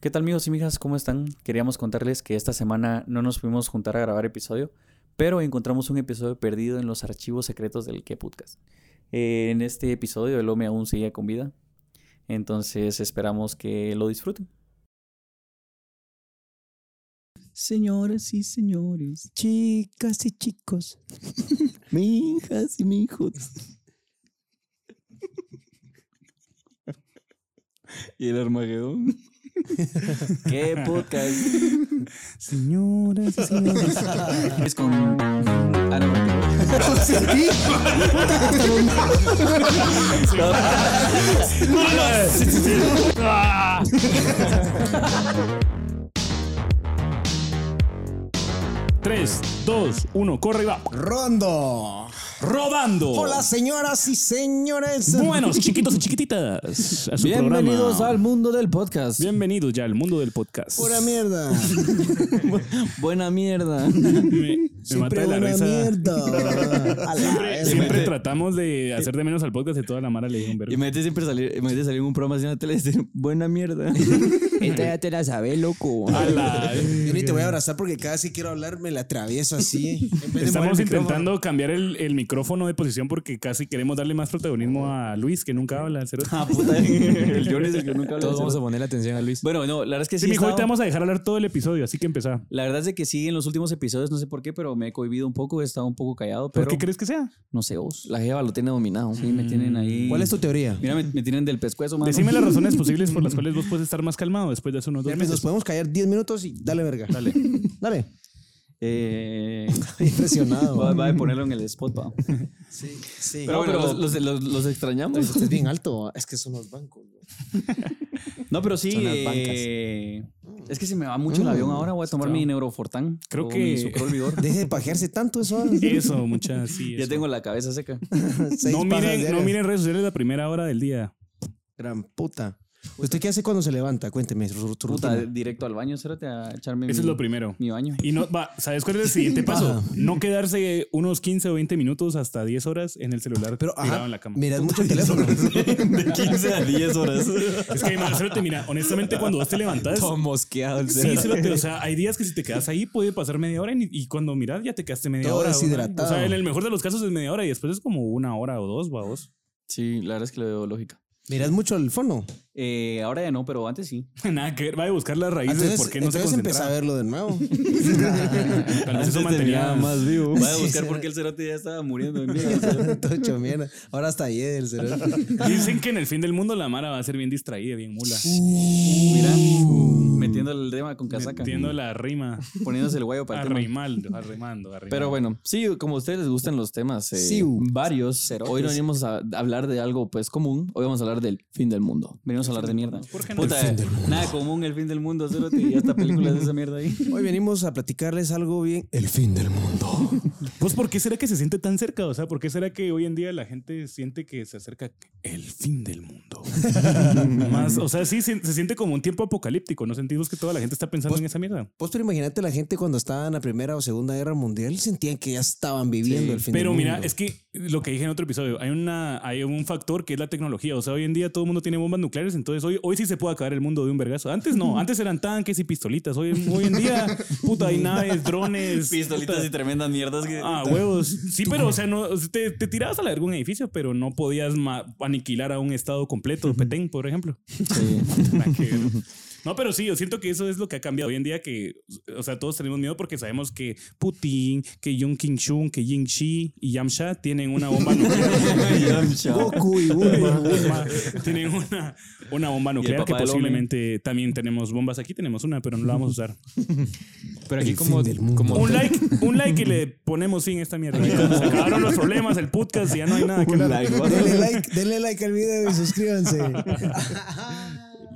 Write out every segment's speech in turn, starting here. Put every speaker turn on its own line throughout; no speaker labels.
¿Qué tal amigos y amigas? ¿Cómo están? Queríamos contarles que esta semana no nos pudimos juntar a grabar episodio, pero encontramos un episodio perdido en los archivos secretos del que podcast. Eh, en este episodio el hombre aún sigue con vida, entonces esperamos que lo disfruten.
Señoras y señores, chicas y chicos, mijas y mijos.
Y el Armagedón.
¡Qué podcast!
Señoras y señores.
es con... Ah, no.
Tres, dos, uno, corre y va.
Rondo.
Rodando.
Hola, señoras y señores.
Buenos chiquitos y chiquititas. A su
Bienvenidos
programa.
al mundo del podcast.
Bienvenidos ya al mundo del podcast.
Pura mierda.
Buena mierda.
Me, me mata
Siempre
de la
una
risa.
mierda. A la
Siempre,
vez,
siempre
güey.
tratamos de hacer de menos al podcast y toda la mara le dio un vergo.
Y mete siempre salir, me mete salir en un programa así en la tele y decir, buena mierda. Ah, Esta ya te la sabes, loco.
A la-
Yo ni te voy a abrazar porque cada vez que quiero hablar me la atravieso así. En vez de mover
Estamos
el micrófono.
intentando cambiar el, el micrófono de posición porque casi queremos darle más protagonismo a Luis, que nunca habla. el cerote.
Ah,
pues
puta. El Johnny es el que nunca habla.
Todos vamos a poner la atención a Luis.
Bueno, no, la verdad es que sí.
Sí, mijo,
he
hoy te
estado-
vamos a dejar hablar todo el episodio, así que empezá.
La verdad es de que sí, en los últimos episodios, no sé por qué, pero me he cohibido un poco, he estado un poco callado,
¿Por
pero
qué crees que sea?
no sé vos. La jeva lo tiene dominado. Sí, me tienen ahí.
¿Cuál es tu teoría?
Mira, me, me tienen del pescuezo, mano.
Decime las razones posibles por las cuales vos puedes estar más calmado después de hace unos dos
Hermes, Nos
meses.
podemos callar 10 minutos y dale verga. Dale. Dale.
Eh, va,
Impresionado.
va a ponerlo en el spot, pa.
Sí, sí.
Pero bueno, los- los-
Entonces, este es bien alto. Es que son los bancos. güey.
No, pero sí.
Son las
eh, es que se me va mucho el avión ahora. Voy a tomar mi Neurofortán.
Creo
Oh,
o
que-
mi Sucrol Vigor.
Deje de pajearse tanto eso.
Eso, muchas, sí.
Ya
eso.
tengo la cabeza seca.
Seis
No
pajas
miren, no
diarias.
miren redes sociales la primera hora del día.
Gran puta. ¿Usted qué hace cuando se levanta? Cuénteme. Su, su
Puta,
rutina.
directo al baño, cérate a echarme mi,
Eso es lo primero.
mi baño.
Y no, va, ¿sabes cuál es el siguiente paso?
Mm. Ajá.
No quedarse unos 15 o 20 minutos hasta 10 horas en el celular
Pero,
tirado
ajá,
en la cama.
miras mucho el teléfono.
De 15 a 10 horas.
Es que, man, cerote, mira, honestamente, cuando vos te levantás,
Todo mosqueado el
sí,
cerote.
cerote, o sea, hay días que si te quedas ahí puede pasar media hora y, y cuando miras ya te quedaste media
Todo
hora. ¿verdad?
deshidratado.
O sea, en el mejor de los casos es media hora y después es como una hora o dos, va vos.
Sí, la verdad es que le veo lógica.
Miras mucho el fono.
Eh, ahora ya no, pero antes sí.
Nada que ver, va a buscar las raíces de
Entonces,
por qué no se
entonces empecé a
concentra.
verlo de nuevo.
Tal vez eso mantenía
más vivo.
Voy a buscar por qué el cerote ya estaba muriendo. de miedo.
Todo hecho mierda. Ahora hasta ayer el cerebro.
Dicen que en el fin del mundo la Mara va a ser bien distraída, bien mula.
Mira, metiendo el tema con casaca.
Entiendo la rima.
Poniéndose el guayo para el tema.
Arrimando, arrimando, arrimando.
Pero bueno, sí, como a ustedes les gustan los temas, eh,
Sí.
varios. Hoy no venimos a hablar de algo pues común. Hoy vamos a hablar del fin del mundo.
Venimos a hablar de mierda.
¿Por qué no?
Puta, nada común el fin del mundo, cerote. Y hasta películas de esa mierda ahí.
Hoy venimos a platicarles algo bien. El fin del mundo.
Pues, ¿por qué será que se siente tan cerca? O sea, ¿por qué será que hoy en día la gente siente que se acerca el fin del mundo? Más, o sea, sí, se, se siente como un tiempo apocalíptico. ¿No sentimos que toda la gente está pensando
Pues,
en esa mierda?
Vos, pero imagínate la gente cuando estaba en la Primera o Segunda Guerra Mundial, sentían que ya estaban viviendo el fin
Pero
del mundo.
mira, es que lo que dije en otro episodio, hay, una, hay un factor que es la tecnología. O sea, hoy en día todo el mundo tiene bombas nucleares, entonces hoy, hoy sí se puede acabar el mundo de un vergazo. Antes no, antes eran tanques y pistolitas. Hoy, hoy en día, puta, hay naves, drones.
Pistolitas y tremendas mierdas. Que,
Ah, huevos. Sí, pero, o sea, no, o sea, te, te tirabas a la verga un edificio, pero no podías ma- aniquilar a un estado completo, Petén, por ejemplo. Nada que ver. No, pero sí, yo siento que eso es lo que ha cambiado hoy en día, que, o sea, todos tenemos miedo porque sabemos que Putin, que Yong King Chun, que Ying Shi y Yamsha tienen una bomba nuclear.
Goku y Bulma.
Bulma, tienen una, una bomba nuclear que
papá del
posiblemente también tenemos bombas. Aquí tenemos una, pero no la vamos a usar.
Pero aquí
El
como,
fin del mundo.
como
Un like, un like y le ponemos fin a esta mierda. Se acabaron los problemas, el podcast y ya no hay nada que hablar.
denle, like, denle like al video y suscríbanse.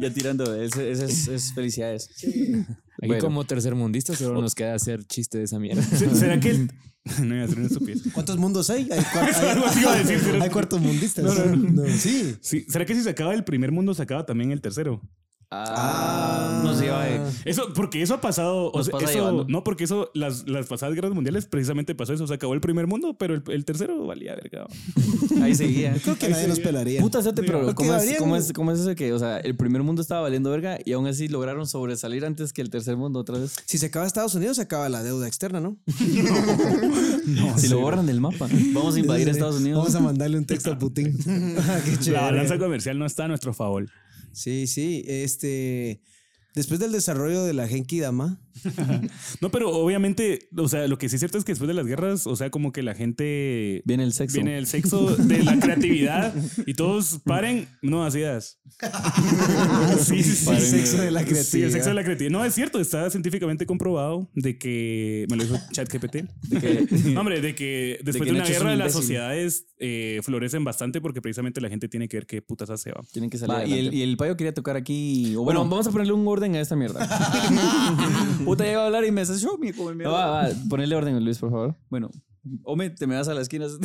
Ya tirando, es, es, es- es felicidades.
aquí
Bueno.
como tercermundistas solo nos queda hacer chiste de esa mierda.
Se- ¿Será que el- No iba a hacer una estupidez.
¿Cuántos mundos hay? Hay, cuar- hay-
algo así iba a decir, pero-
hay cuartos mundistas. No, sí.
Sí, ¿Será que si se acaba el primer mundo, se acaba también el tercero?
eh,
Ah, no se iba a
Eso, porque eso ha pasado. o
Nos
sea,
pasa
eso-
llevando.
no, porque eso, las, las pasadas guerras mundiales precisamente pasó eso. Se acabó el primer mundo, pero el, el tercero valía verga.
Ahí seguía.
Creo que nadie nos pelaría.
Puta sete, pero
Porque
¿cómo es,
habrían-
cómo es- cómo es eso de que, o sea, el primer mundo estaba valiendo verga y aún así lograron sobresalir antes que el tercer mundo otra vez?
Si se acaba Estados Unidos, se acaba la deuda externa, ¿no?
si lo borran del mapa, vamos a invadir Estados Unidos.
Vamos a mandarle un texto a Putin. Ah, Qué
La
chévere.
balanza comercial no está a nuestro favor.
Sí, sí. Este. Después del desarrollo de la Genki Dama,
No, pero obviamente, o sea, lo que sí es cierto es que después de las guerras, o sea, como que la gente
Viene el sexo.
viene el sexo de la creatividad y todos paren nuevas ideas. Sí, sí, sí.
el sexo de la creatividad.
Sí, el sexo de la creatividad. No, es cierto, está científicamente comprobado de que me lo dijo ChatGPT. De que, no, hombre, de que después de,
que
una
Nacho es
guerra
un
las
imbécil.
sociedades eh, florecen bastante porque precisamente la gente tiene que ver qué putas hace. va.
Tienen que salir.
Va, y, el,
adelante.
y el payo quería tocar aquí. o
Bueno,
bueno,
vamos a ponerle un orden a esta mierda.
puta, ya iba a hablar y me haces yo, mi come
No, va, va, ponele orden, Luis, por favor.
Bueno, hombre, te me vas a las esquinas.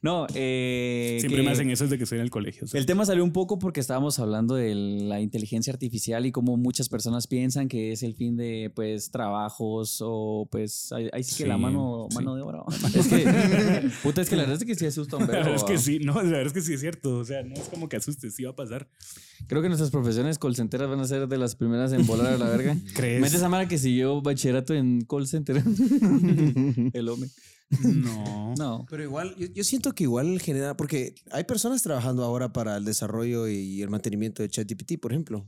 no, eh.
Siempre
que
me hacen eso desde que estoy en el colegio. o sea.
El tema salió un poco porque estábamos hablando de la inteligencia artificial y cómo muchas personas piensan que es el fin de, pues, trabajos o, pues, ahí, ahí sí que la
Sí,
mano,
sí.
mano de obra.
Es que, puta, es que la verdad es que sí asusta un
La
vergo,
verdad es que
va.
sí, no, la verdad es que sí es cierto. O sea, no es como que asustes, sí va a pasar.
Creo que nuestras profesiones call centeras van a ser de las primeras en volar a la verga.
¿Crees?
Mete esa mara que siguió bachillerato en call center. el hombre.
No.
No.
Pero igual, yo, yo siento que igual genera, porque hay personas trabajando ahora para el desarrollo y el mantenimiento de ChatGPT, por ejemplo.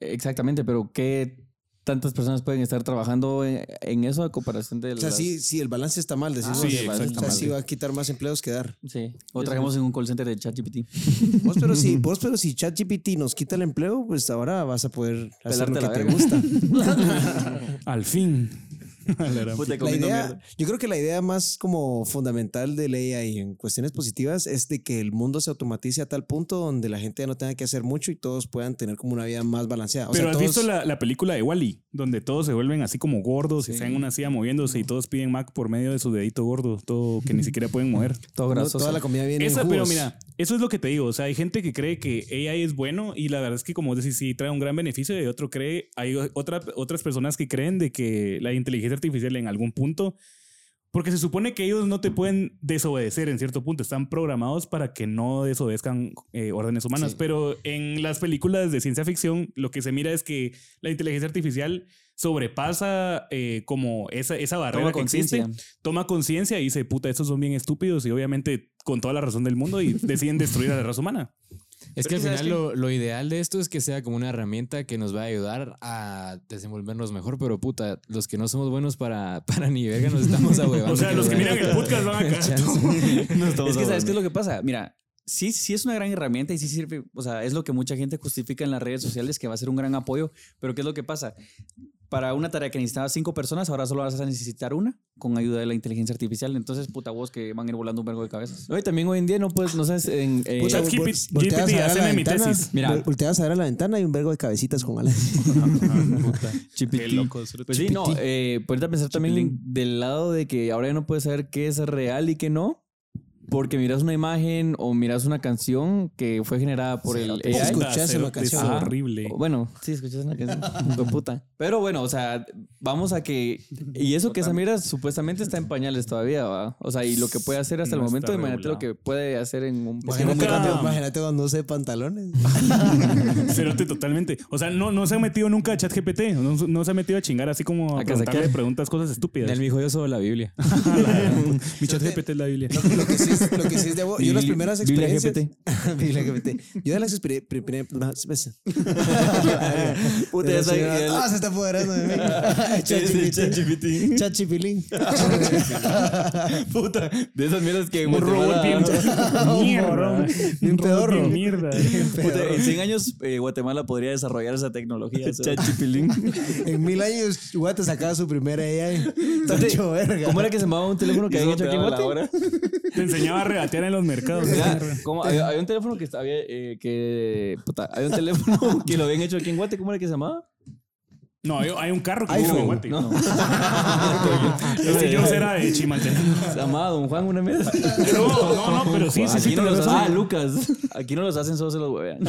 Exactamente, pero ¿qué tantas personas pueden estar trabajando en, en eso a comparación de
O sea,
las-
sí, sí, el balance está mal, decimos.
sí,
o
exacto.
sea, sí va a quitar más empleos que dar.
Sí.
O trajimos en un call center de ChatGPT.
Vos, pero si, vos, pero si ChatGPT nos quita el empleo, pues ahora vas a poder hacer
Pelarte
lo que
la
te
verga.
gusta.
Al fin. A la gran puta.
La idea, yo creo que la idea más como fundamental del AI en cuestiones positivas es de que el mundo se automatice a tal punto donde la gente ya no tenga que hacer mucho y todos puedan tener como una vida más balanceada. O
Pero
sea,
has
todos-
visto la, la película de Wally, donde todos se vuelven así como gordos y están en una silla moviéndose y todos piden Mac por medio de su dedito gordo, todo que ni siquiera pueden mover.
Todo
no,
grasoso.
toda la comida viene
Esa,
en
pero
jugos.
mira, eso es lo que te digo. O sea, hay gente que cree que AI es bueno y la verdad es que, como vos decís, sí trae un gran beneficio y otro cree, hay otra, otras personas que creen de que la inteligencia artificial en algún punto, porque se supone que ellos no te pueden desobedecer en cierto punto, están programados para que no desobedezcan eh, órdenes humanas, pero en las películas de ciencia ficción lo que se mira es que la inteligencia artificial sobrepasa eh, como esa, esa
Toma
barrera que existe
conciencia.
toma conciencia y dice, puta, estos son bien estúpidos y obviamente con toda la razón del mundo y deciden destruir a la raza humana.
Es que
Pero
al
es que sabes
final lo, lo ideal de esto es que sea como una herramienta que nos va a ayudar a desenvolvernos mejor, pero puta, los que no somos buenos para, para ni verga nos estamos ahuevando.
O sea, los que miran el podcast van acá.
es que, ¿sabes qué es lo que pasa? Mira, sí, sí es una gran herramienta y sí sirve, o sea, es lo que mucha gente justifica en las redes sociales que va a ser un gran apoyo, pero ¿qué es lo que pasa? Para una tarea que necesitaba cinco personas, ahora solo vas a necesitar una con ayuda de la inteligencia artificial. Entonces, puta voz que van a ir volando un vergo de cabezas.
No, y también hoy en día no puedes, no sabes, en, eh,
Puta,
Chat
vol-
GPT,
volteas a ver a la
haceme mi
ventana,
tesis.
Mira.
vol- Volteas a ver a la ventana y un vergo de cabecitas con alas.
Chipiti. Pues sí, no, eh, ponerte a pensar también del lado de que ahora ya no puedes saber qué es real y qué no, porque miras una imagen o miras una canción que fue generada por el
Puta,
AI.
escuchaste
cerote,
la canción.
es
Ajá.
horrible.
O- Bueno, sí, escuchas una canción. hijo de puta. Pero bueno, o sea, vamos a que. Y eso que esa mira supuestamente está en pañales todavía, ¿va? O sea, y lo que puede hacer hasta
No
el momento,
está
imagínate lo que
regulado.
puede hacer en un.
Imagínate,
nunca-
cuando- imagínate cuando use pantalones.
Cerote totalmente. O sea, no, no se ha metido nunca a ChatGPT. No, no se ha metido a chingar así como a
A
preguntarle
casaquear.
preguntas, cosas estúpidas.
Del mijo yo sobre la Biblia.
Mi ChatGPT es la Biblia.
Lo que sí es, lo que sí es de bo- Yo las
Bibli-
primeras
Biblia
experiencias. Biblia GPT. Yo de las experiencias.
Puta, ya soy-
Ah, se está apoderando de mí. ChatGPT. ChatGPT.
Puta. De esas miras que. en
Un
Guatemala-
robot bien mierda.
Bien
Un robot
pedorro.
bien mierda.
Puta, en 100 años eh, Guatemala podría desarrollar esa tecnología. o sea.
En mil años, Guate sacaba su primera AI. Tacho verga.
¿Cómo era que se llamaba un teléfono que habían hecho aquí en Guate?
Te enseñaba a regatear en los mercados.
Ya,
Este,
¿cómo? Había, había un teléfono que había eh, que puta, había un teléfono que lo habían hecho aquí en Guate, ¿cómo era que se llamaba?
No, hay, hay un carro que
iPhone,
en Guate. Este
Eh.
yo era de Chimaltenango.
Amado, don Juan, una mesa.
No, no, no, pero sí, sí, sí.
Aquí no
te lo
los
ves.
hacen. Ah, Lucas. Aquí no los hacen, solo se los huevean.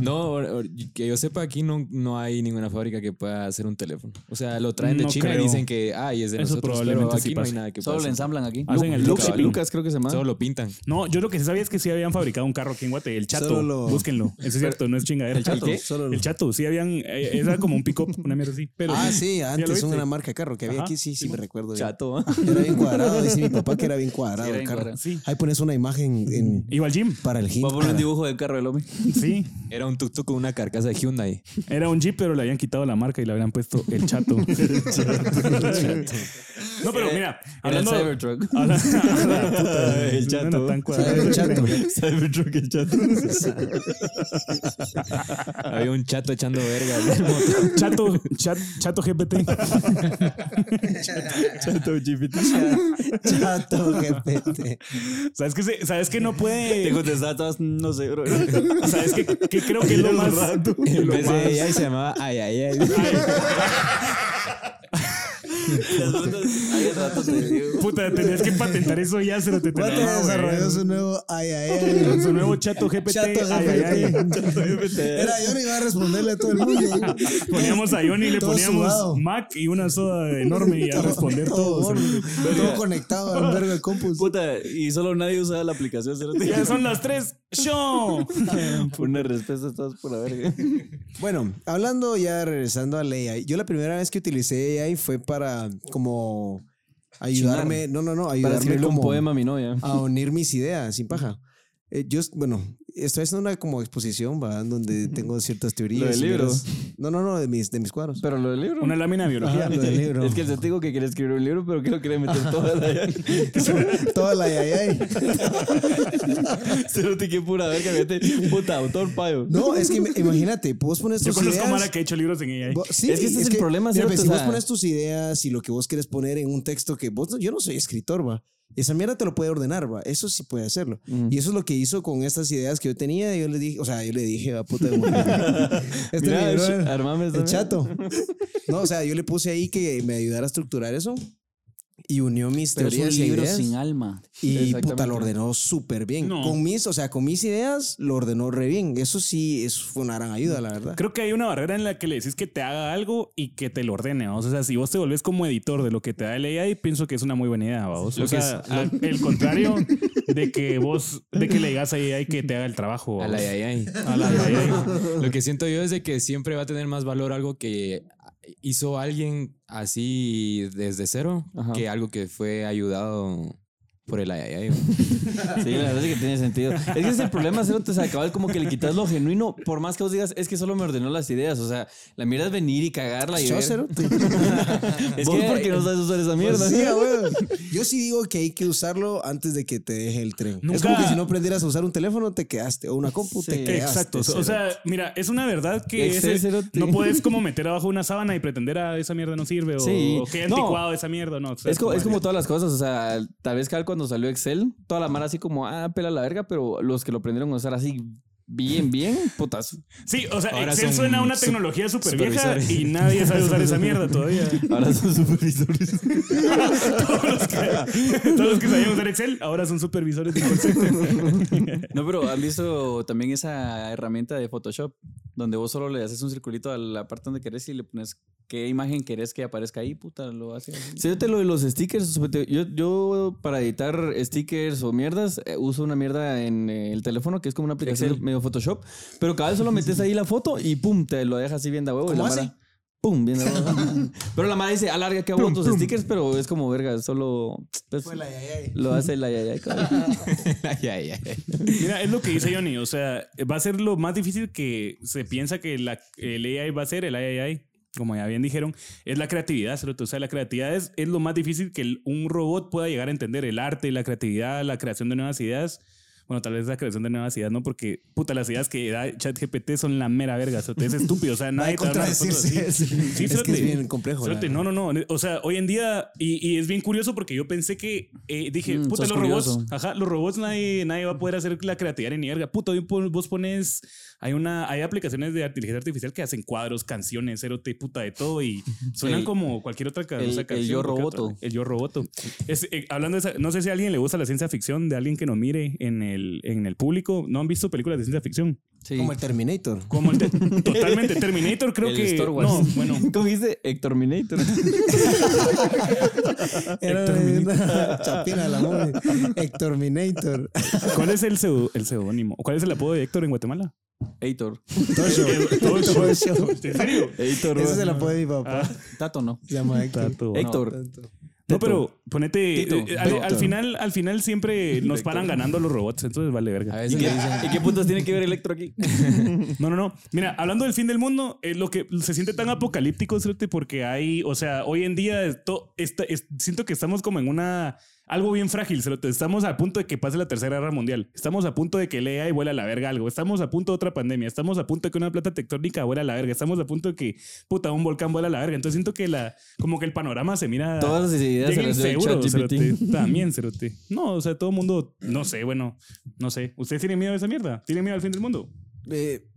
No, or- or- que yo sepa, aquí no, no hay ninguna fábrica que pueda hacer un teléfono. O sea, lo traen de
No
China
creo.
y dicen que, ay, es de
Eso
nosotros, pero
probablemente
aquí
sí
no hay
pase.
nada que
Solo
pueda
le
hacer.
ensamblan aquí.
Ah,
Hacen el
Lucas,
Lucas,
Lucas creo que se llama.
Solo lo pintan.
No, yo lo que sí sabía es que sí habían fabricado un carro aquí en Guate, el Chato.
Solo lo-
Búsquenlo. Eso es cierto, no es chingadera. ¿El Chato?
Solo
El Chato, sí habían. eh, Era como un pick-up, una mierda así. Pero
Ah, sí,
¿Ya lo
antes
viste?
una marca de carro que había
Ajá,
aquí, sí, sí, me recuerdo. bien.
Chato. ¿eh?
Era bien cuadrado, dice mi papá que era bien cuadrado
Sí, era
el
bien
carro.
cuadrado.
Sí.
Ahí pones una imagen en-
Iba al gym.
para el gym.
Va a poner un dibujo del carro del hombre.
Sí.
Era un tuk-tuk con una carcasa de Hyundai.
Era un Jeep, pero le habían quitado la marca y le habían puesto el Chato. no, pero mira,
Era el
hablando.
Cybertruck.
habla- puta,
El
no era
Chato.
tan cuadrado.
Era el chato.
Cybertruck el chato. Había un chato echando verga.
Chato, chat, chato GPT.
chato GPT.
Chato, GPT.
¿Sabes que, se- ¿Sabes que no puede?
contestaba todas, no sé, bro.
¿Sabes que, que creo que es lo más.
En
lo
vez
más-
de AI se llamaba ay, ay, ay.
Puta, tenías que patentar eso ya, se lo te
Guate
no, güey.
desarrolló su nuevo ay, ay, ay.
Con su nuevo chato GPT.
Chato
ay, ay, ay.
GPT. Era yo no iba a responderle a todo el mundo.
Poníamos a Johnny y le
Todo
poníamos
sudado.
Mac y una soda enorme y a responder todos.
Todo, todo conectado al verbo de compus.
Puta, y solo nadie usaba la aplicación. se lo tenía.
Ya son las tres. ¡Show!
Una respuesta todas por la verga.
Bueno, hablando ya regresando al AI, yo la primera vez que utilicé AI fue para como ayudarme, no, no, no,
Para
ayudarme
escribirle
como
un poema a mi novia.
a unir mis ideas sin paja. Eh, yo, bueno, estoy haciendo una como exposición, ¿va? En Donde tengo ciertas teorías.
del
y
libro.
mierdas. No, no, no, de mis, de mis cuadros.
Pero lo del libro.
Una lámina de biología.
Ajá, lo del libro.
Es que te digo que quiere escribir un libro, pero que lo quiere meter toda la.
Toda la AI.
Cerote, qué pura verga, vete. Puta, autor payo.
No, es que im- imagínate, vos pones
Yo
tus
conozco a
ideas.
Mara que ha hecho libros en ella.
Vos- sí,
Es que ese es el problema,
mira,
¿cierto?
pues,
O
si vos
sea-
pones tus ideas y lo que vos querés poner en un texto que vos, no- yo no soy escritor, va. Esa mierda te lo puede ordenar, va. Eso sí puede hacerlo.
Mm.
Y eso es lo que hizo con estas ideas que yo tenía. Yo le dije, o sea, yo le dije, va puta de madre". Este
Mira,
mi brother,
sh- armame esta mierda.
el chato. No, o sea, yo le puse ahí que me ayudara a estructurar eso y unió mis
Pero es
teorías
un
y
libro
ideas.
sin alma.
Y puta,
Exactamente.
lo ordenó súper bien.
No.
Con mis, o sea, con mis ideas lo ordenó re bien. Eso sí, eso fue una gran ayuda, la verdad.
Creo que hay una barrera en la que le decís que te haga algo y que te lo ordene, ¿vamos? O sea, si vos te volvés como editor de lo que te da el AI, pienso que es una muy buena idea, ¿vamos? O
Lo que
sea, a- el contrario de que vos, de que le digas a AI que te haga el trabajo.
Al
¿vamos?
ay, ay, ay.
A la AI.
Lo que siento yo es de que siempre va a tener más valor algo que hizo alguien así desde cero
Ajá.
que algo que fue ayudado por el ay, ay, ay.
Sí, la verdad es que tiene sentido. Es que ese es el problema, Cerote, o sea, cabal, como que le quitas lo genuino, por más que vos digas, es que solo me ordenó las ideas. O sea, la mierda es venir y cagarla y
Yo,
ver.
cerote.
Es que porque no sabes usar esa mierda.
Pues sí, a huevo. Yo sí digo que hay que usarlo antes de que te deje el tren.
Nunca-
Es como que si no aprendieras a usar un teléfono, te quedaste. O una compu,
Sí.
te quedaste.
Exacto. O sea, mira, es una verdad que
Excel,
ese-
cerote.
no puedes como meter abajo una sábana y pretender a esa mierda no sirve o,
Sí.
o qué
No.
anticuado esa mierda, no. o sea,
Es como, es como
madre.
todas las cosas, o sea, tal vez Cal cuando salió Excel, toda la mara así como, ah, pela la verga, pero los que lo aprendieron a usar así bien, bien, putas.
Sí, o sea,
Ahora
Excel
son
suena a una
sup-
tecnología súper vieja
supervisores.
y nadie sabe usar esa mierda todavía.
Ahora son supervisores.
todos, los que, todos los que sabían usar Excel ahora son supervisores de call center.
No, pero han visto también esa herramienta de Photoshop, donde vos solo le haces un circulito a la parte donde querés y le pones qué imagen querés que aparezca ahí, puta, lo hace. así.
Sí, yo te lo de los stickers.
Suponete, Yo, yo para editar stickers o mierdas eh, uso una mierda en eh, el teléfono que es como una aplicación
Excel.
medio Photoshop, pero cada vez solo metes ahí la foto y pum, te lo dejas así bien de huevo y
¿Cómo
la
así?
mara- Pum, bien de huevo. pero la mara dice, alarga que hago tus stickers, pero es como verga, solo pues, lo hace la yaya. cabrón.
Ay, ay, ay.
Mira, es lo que dice Johnny. O sea, va a ser lo más difícil que se piensa que la, el AI va a ser, el AI, como ya bien dijeron, es la creatividad. cerote. O sea, la creatividad es, es lo más difícil que el- un robot pueda llegar a entender. El arte, la creatividad, la creación de nuevas ideas. Bueno, tal vez la creación de nuevas ideas, ¿no? Porque, puta, las ideas que da ChatGPT son la mera verga. O sea, es estúpido. O sea,
Va a
nadie te va a dar respuesta
contradecirse.
así. Sí,
es
suerte.
que es bien complejo. la
Suerte,
verdad.
no, no, no. O sea, hoy en día, y, y es bien curioso porque yo pensé que eh, dije,
Mm,
puta,
sos
los robots,
curioso.
ajá, los robots nadie, nadie va a poder hacer la creatividad ni verga. Puta, hoy pon- vos pones, hay una, hay aplicaciones de inteligencia artificial que hacen cuadros, canciones, erote, puta de todo y suenan
El-
como cualquier otra ca-
el-
o sea,
el
canción.
yo
cualquier
roboto.
otra- El yo roboto. Es, eh, hablando de esa- no sé si a alguien le gusta la ciencia ficción, de alguien que no mire en el, en el público, no han visto películas de ciencia ficción.
Sí.
Como el Terminator.
Como el te- totalmente Terminator, creo
El
que
Star Wars.
no, bueno.
¿Cómo dice? Hectorminator.
Era una chapina del amor. Hectorminator.
¿Cuál es el pseu- el seudónimo? ¿Cuál es el apodo de Héctor en Guatemala?
Heitor.
Tocho.
¿En serio?
Heitor.
Ese se la puede mi papá.
Tato no.
Se llama Héctor.
Tato.
Héctor.
Tanto.
No, pero ponete.
Tito.
eh, al, al
Tito.
final, al final siempre nos paran ganando los robots, entonces vale
A
verga.
veces le dicen,
¿Y qué puntos tiene que ver Electro aquí?
No, no, no. Mira, hablando del fin del mundo, eh, lo que se siente tan apocalíptico, ¿cierto? Porque hay, o sea, hoy en día esto, esta- es- siento que estamos como en una. Algo bien frágil, ¿cierto? Estamos a punto de que pase la tercera guerra mundial. Estamos a punto de que lea y vuela a la verga algo. Estamos a punto de otra pandemia. Estamos a punto de que una plata tectónica vuela a la verga. Estamos a punto de que, puta, un volcán vuela a la verga. Entonces siento que la, como que el panorama se mira.
Todas las ideas se
Lleguen
las dio
seguro,
ChatGPT.
cerote. También, cerote. No, o sea, todo el mundo, no sé, bueno, no sé. ¿Ustedes tienen miedo a esa mierda? ¿Tienen miedo al fin del mundo?
Eh,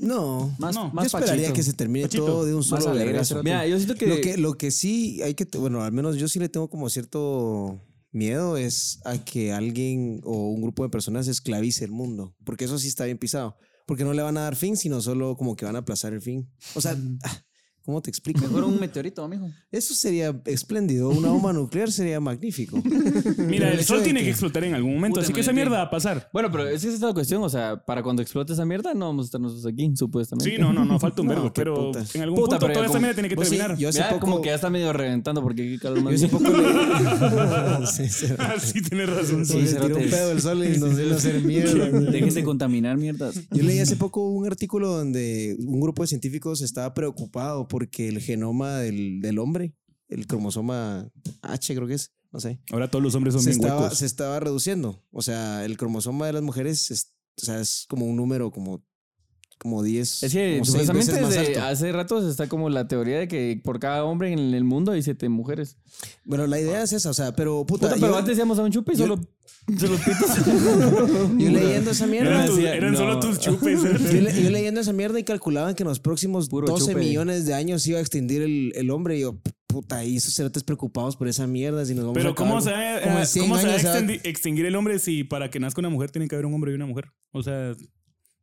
no.
Más,
No,
más
Yo esperaría
Pachito.
que se termine
Pachito.
todo de un
Más
solo
alegre,
vergazo.
cerote.
Mira, yo siento que...
Lo que, lo que sí hay que, te- bueno, al menos yo sí le tengo como cierto miedo es a que alguien o un grupo de personas esclavice el mundo, porque eso sí está bien pisado, porque no le van a dar fin, sino solo como que van a aplazar el fin. O sea, ah, ¿cómo te explico?
Mejor un meteorito, amigo.
Eso sería espléndido, una bomba nuclear sería magnífico. Pero
Mira, el,
hecho
sol
de
tiene que... explotar en algún momento,
Puta,
así que esa
imagínate.
mierda va a pasar.
Bueno, pero es que esa es la cuestión. O sea, para cuando explote esa mierda, no vamos a estar nosotros aquí, supuestamente.
Sí, no, no, no, falta un
No,
vergo,
qué
pero
putas.
en algún
Puta,
punto
pero
toda esta
como-
mierda tiene que
Vos sí,
terminar.
yo hace
Mira,
poco
como que ya está medio reventando porque aquí calor más
yo hace
bien.
poco le- Sí, sí.
Ah, sí, tienes razón.
Sí, se tiró un
cerotes.
pedo el sol y nos dio hacer mierda.
Dejen de contaminar mierdas.
Yo leí hace poco un artículo donde un grupo de científicos estaba preocupado porque el genoma del, del hombre, el cromosoma H creo que es, no sé,
Ahora todos los hombres son
se
bien
estaba,
huecos.
se estaba reduciendo. O sea, el cromosoma de las mujeres es, o sea, es como un número como, como 10,
Es que
como seis
supuestamente
veces más
desde
alto.
hace rato está como la teoría de que por cada hombre en el mundo hay siete mujeres.
Bueno, la idea es esa, o sea, pero puta,
Puta, pero
yo,
antes íbamos a un chupe y
yo-
solo, solo pitos.
yo leyendo esa mierda...
Eran, tus-
decía,
eran solo
no.
tus chupes.
Yo, le- yo leyendo esa mierda y calculaban que en los próximos
Puro
12
chupe.
millones de años se iba a extinguir el, el hombre. Y yo, puta, y esos cerotes preocupados por esa mierda. Si nos vamos a
Pero ¿cómo
acabar-
se va, eh,
como en 100
cómo se va a
años se va-
extendi- extinguir el hombre si para que nazca una mujer tiene que haber un hombre y una mujer? O sea,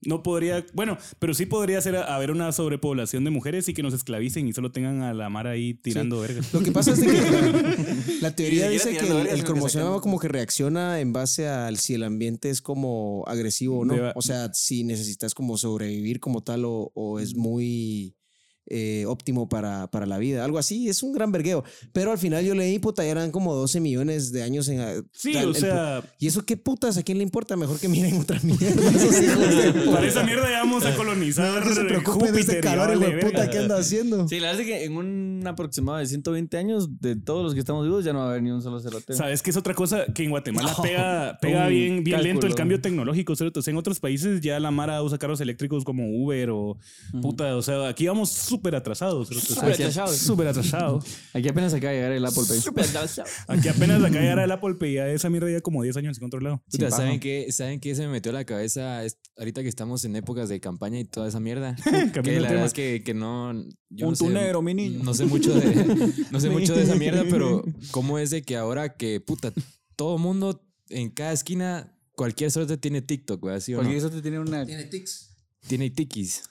no podría, bueno, pero sí podría ser a- haber una sobrepoblación de mujeres y que nos esclavicen y solo tengan a la mar ahí tirando verga.
Lo que pasa es de que la teoría
Ni siquiera
dice que
tirando
el,
verga, sino
el
que
cromosoma
sacando-
como que reacciona en base al si el ambiente es como agresivo o no.
Deba-
O sea, si necesitas como sobrevivir como tal o, o es muy eh, óptimo para, para la vida. Algo así, es un gran vergueo. Pero al final yo leí, puta, ya eran como 12 millones de años en...
Sí,
el-
o
el-
sea,
¿Y eso qué putas? ¿A quién le importa? Mejor que miren otra mierda. Esos hijos de puta.
para esa mierda ya vamos a colonizar
Que se preocupen de este
Júpiter.
calor,
ya
hijo
vale
de puta,
verga.
¿qué anda haciendo?
Sí, la verdad es que en un aproximado de 120 años, de todos los que estamos vivos, ya no va a haber ni un solo cerote.
¿Sabes que es otra cosa que en Guatemala
No,
pega, pega
un
bien, bien lento el
cálculo.
cambio tecnológico? ¿cierto? O sea, en otros países ya la Mara usa carros eléctricos como Uber o puta. O sea, aquí vamos súper atrasados. ¿cierto? O sea,
Súper atrasados.
Súper atrasados.
Aquí apenas acaba de llegar el Apple Pay.
Aquí apenas acá llegará el Apple Pay, ya esa mierda ya como 10 años en otro lado.
Puta, ¿saben qué, ¿saben qué se me metió a la cabeza est- ahorita que estamos en épocas de campaña y toda esa mierda?
Cambiando
que
el tema.
la verdad es que, que no... yo
Un
no sé-
tunero, mi niño.
No sé mucho de, no sé mucho de esa mierda, pero ¿cómo es de que ahora que, puta, todo mundo en cada esquina, cualquier suerte tiene TikTok, güey? ¿sí o no?
Porque eso te tiene una.
Tiene tikis.
Tikis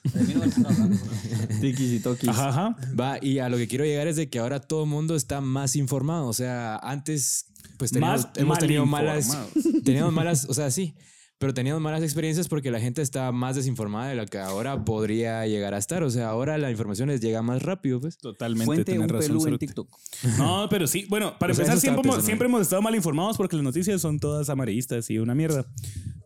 y tokis.
Ajá, ajá.
Va, y a lo que quiero llegar es de que ahora todo el mundo está más informado. O sea, antes, pues teníamos,
Más
hemos
mal
tenido malas.
informados.
Teníamos malas, o sea, sí. Pero teníamos malas experiencias porque la gente está más desinformada de la que ahora podría llegar a estar. O sea, ahora la información les llega más rápido, pues.
Totalmente.
Fuente
tenés
un
razón,
pelú en
cerote.
TikTok.
No, pero sí. Bueno, para
Pues
O sea,
empezar,
eso estaba
siempre, hemos-
pensando.
siempre hemos estado mal informados porque las noticias son todas amarillistas y una mierda.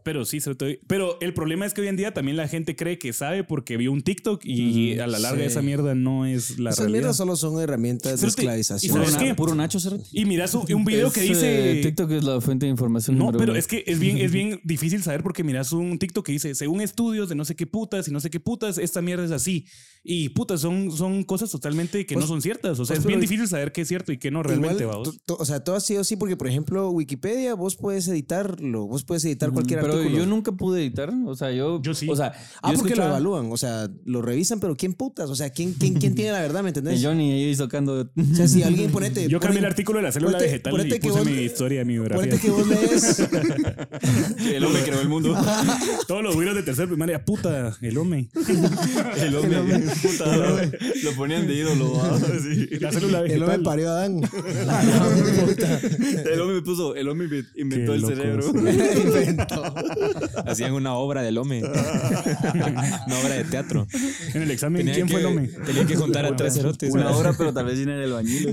Pero sí, sobre todo- Pero el problema es que hoy en día también la gente cree que sabe porque vio un TikTok y a la larga
sí.
esa mierda no es la
Esas
realidad.
mierdas solo son herramientas de
Cerote,
esclavización.
¿y sabes qué?
Puro Nacho, cerote.
Y miras un, un video que dice.
eh,
eh,
TikTok es la fuente de información.
No,
número
pero
uno.
es que es bien, es bien difícil saber porque miras un TikTok que dice, según estudios de no sé qué putas y no sé qué putas, esta mierda es así. Y putas, son, son cosas totalmente que no
Pues-
son ciertas. O sea,
pues,
es bien
pero-
difícil saber qué es cierto y qué no realmente,
Igual,
vamos.
to- to- o sea, todo ha sido así porque, por ejemplo, Wikipedia, vos puedes editarlo, vos puedes editar
Ujú,
cualquier
Pero
artículo.
yo nunca pude editar. O sea, yo.
Yo sí.
O sea,
Ah,
yo
porque lo
escuchaba-
evalúan, o sea, lo revisan, pero ¿quién putas? O sea, ¿quién, quién, quién tiene la verdad, me
Que
entendés?
Johnny ahí tocando.
O sea, si alguien Eh, ponete...
Yo cambié el
ponen-
artículo de la célula
ponete-
vegetal
ponete
y
que
puse
vos-
mi historia, mi biografía.
Ponete que vos lees...
El hombre creó el mundo.
Todos los güiros de tercer primaria, puta, el hombre.
El hombre. puta, Lo ponían de ídolo. ¿va? Sí.
La célula
El hombre
vegetal.
parió a Adán.
El hombre me puso. El hombre inve- inventó
Qué
el
locos.
cerebro.
Hacían una obra del hombre. una obra de teatro.
En el examen,
Tenían
¿quién fue
que-
el hombre?
Tenían que juntar a tres cerotes.
Una obra, pero tal vez llena del bañil.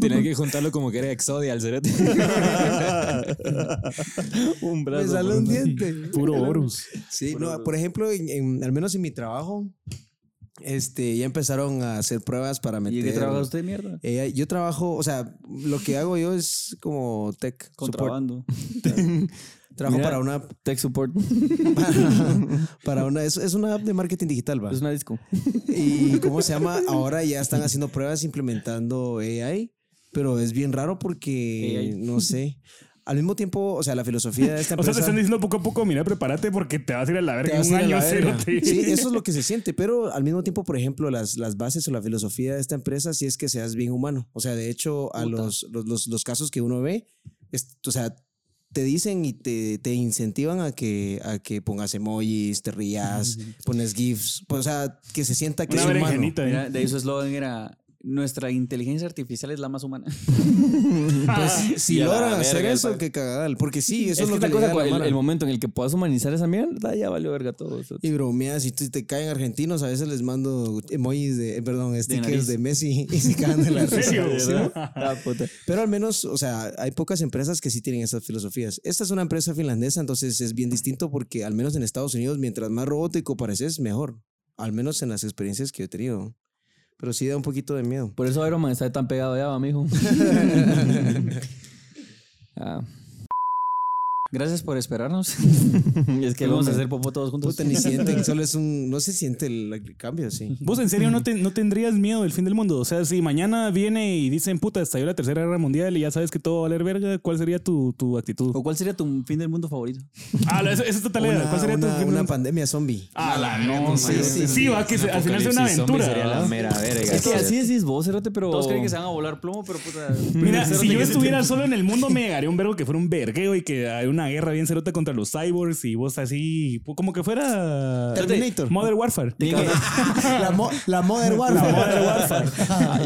Tenían que juntarlo como que era Exodia al cerote.
Un brazo.
Me sale un diente.
Puro Horus.
Sí, no, por ejemplo, en- en- al menos en mi trabajo, este, ya empezaron a hacer pruebas para meter...
¿Y de qué trabaja usted, mierda?
Eh, yo trabajo, o sea, lo que hago yo es como tech support.
Contrabando.
Trabajo
Mira.
para una,
Tech support.
para una, es, es una app de marketing digital, va.
Es una disco.
Y cómo se llama, ahora ya están haciendo pruebas implementando AI, pero es bien raro porque
AI.
no sé. Al mismo tiempo, o sea, la filosofía de esta
O sea,
empresa.
te están diciendo poco a poco, mira, prepárate porque te vas a ir a la
te
verga en
vas
un
a ir a
año
la
cero.
verga. Sí, eso es lo que se siente, pero al mismo tiempo, por ejemplo, las, las bases o la filosofía de esta empresa sí es que seas bien humano. O sea, de hecho, a los, los, los- los casos que uno ve, es- o sea, te dicen y te, te incentivan a que, a que pongas emojis, te rías, pones GIFs, pues, o sea, que se sienta que
Una
es humano.
berenjenita. ¿eh?
Mira, de ahí su eslogan era. Nuestra inteligencia artificial es la más humana.
Pues si
Y a la
logran hacer
verga,
eso,
pa-
que cagadal. Porque sí, eso es, lo
la
que le llega a la
el,
mara.
el momento en el que puedas humanizar esa mierda, ya valió verga todo. o sea,
Y bromeas, si te, te caen argentinos, a veces les mando emojis de, eh, perdón, stickers
nariz.
de, Messi y se cagan de la
¿En
risa.
serio?
¿sí?
ah, puta.
Pero al menos, o sea, hay pocas empresas que sí tienen esas filosofías. Esta es una empresa finlandesa, entonces es bien distinto porque al menos en Estados Unidos, mientras más robótico pareces, mejor. Al menos en las experiencias que yo he tenido. Pero sí da un poquito de miedo.
Por eso Iron Man está tan pegado ya, va, mijo. Ah. Gracias por esperarnos. es que vamos a hacer popó todos juntos.
Puta, ni sienten, solo es un... No se siente el, el cambio, sí.
Vos en serio no, te- no tendrías miedo del fin del mundo. O sea, si mañana viene y dicen, puta, estalló la tercera guerra mundial y ya sabes que todo va a valer verga, ¿cuál sería tu, tu actitud?
¿O cuál sería tu fin del mundo favorito?
Ah, la- eso, eso está tal idea.
Una,
¿Cuál sería tu
una-
fin del
una
mundo?
pandemia zombie.
Ah, la no,
sí,
sí,
sí,
sí, va, que se- al final sea una
Apocalipsis zombie Sería la
aventura.
mera verga.
Es que así decís vos, cerote, pero.
Todos creen que se
van a volar plomo, pero puta.
Mira, si yo estuviera solo en el mundo, me llegaría un vergo que fuera un vergueo y que hay una guerra bien cerota contra los cyborgs y vos así, como que fuera
Terminator.
Modern Warfare.
la, mo- la Modern Warfare.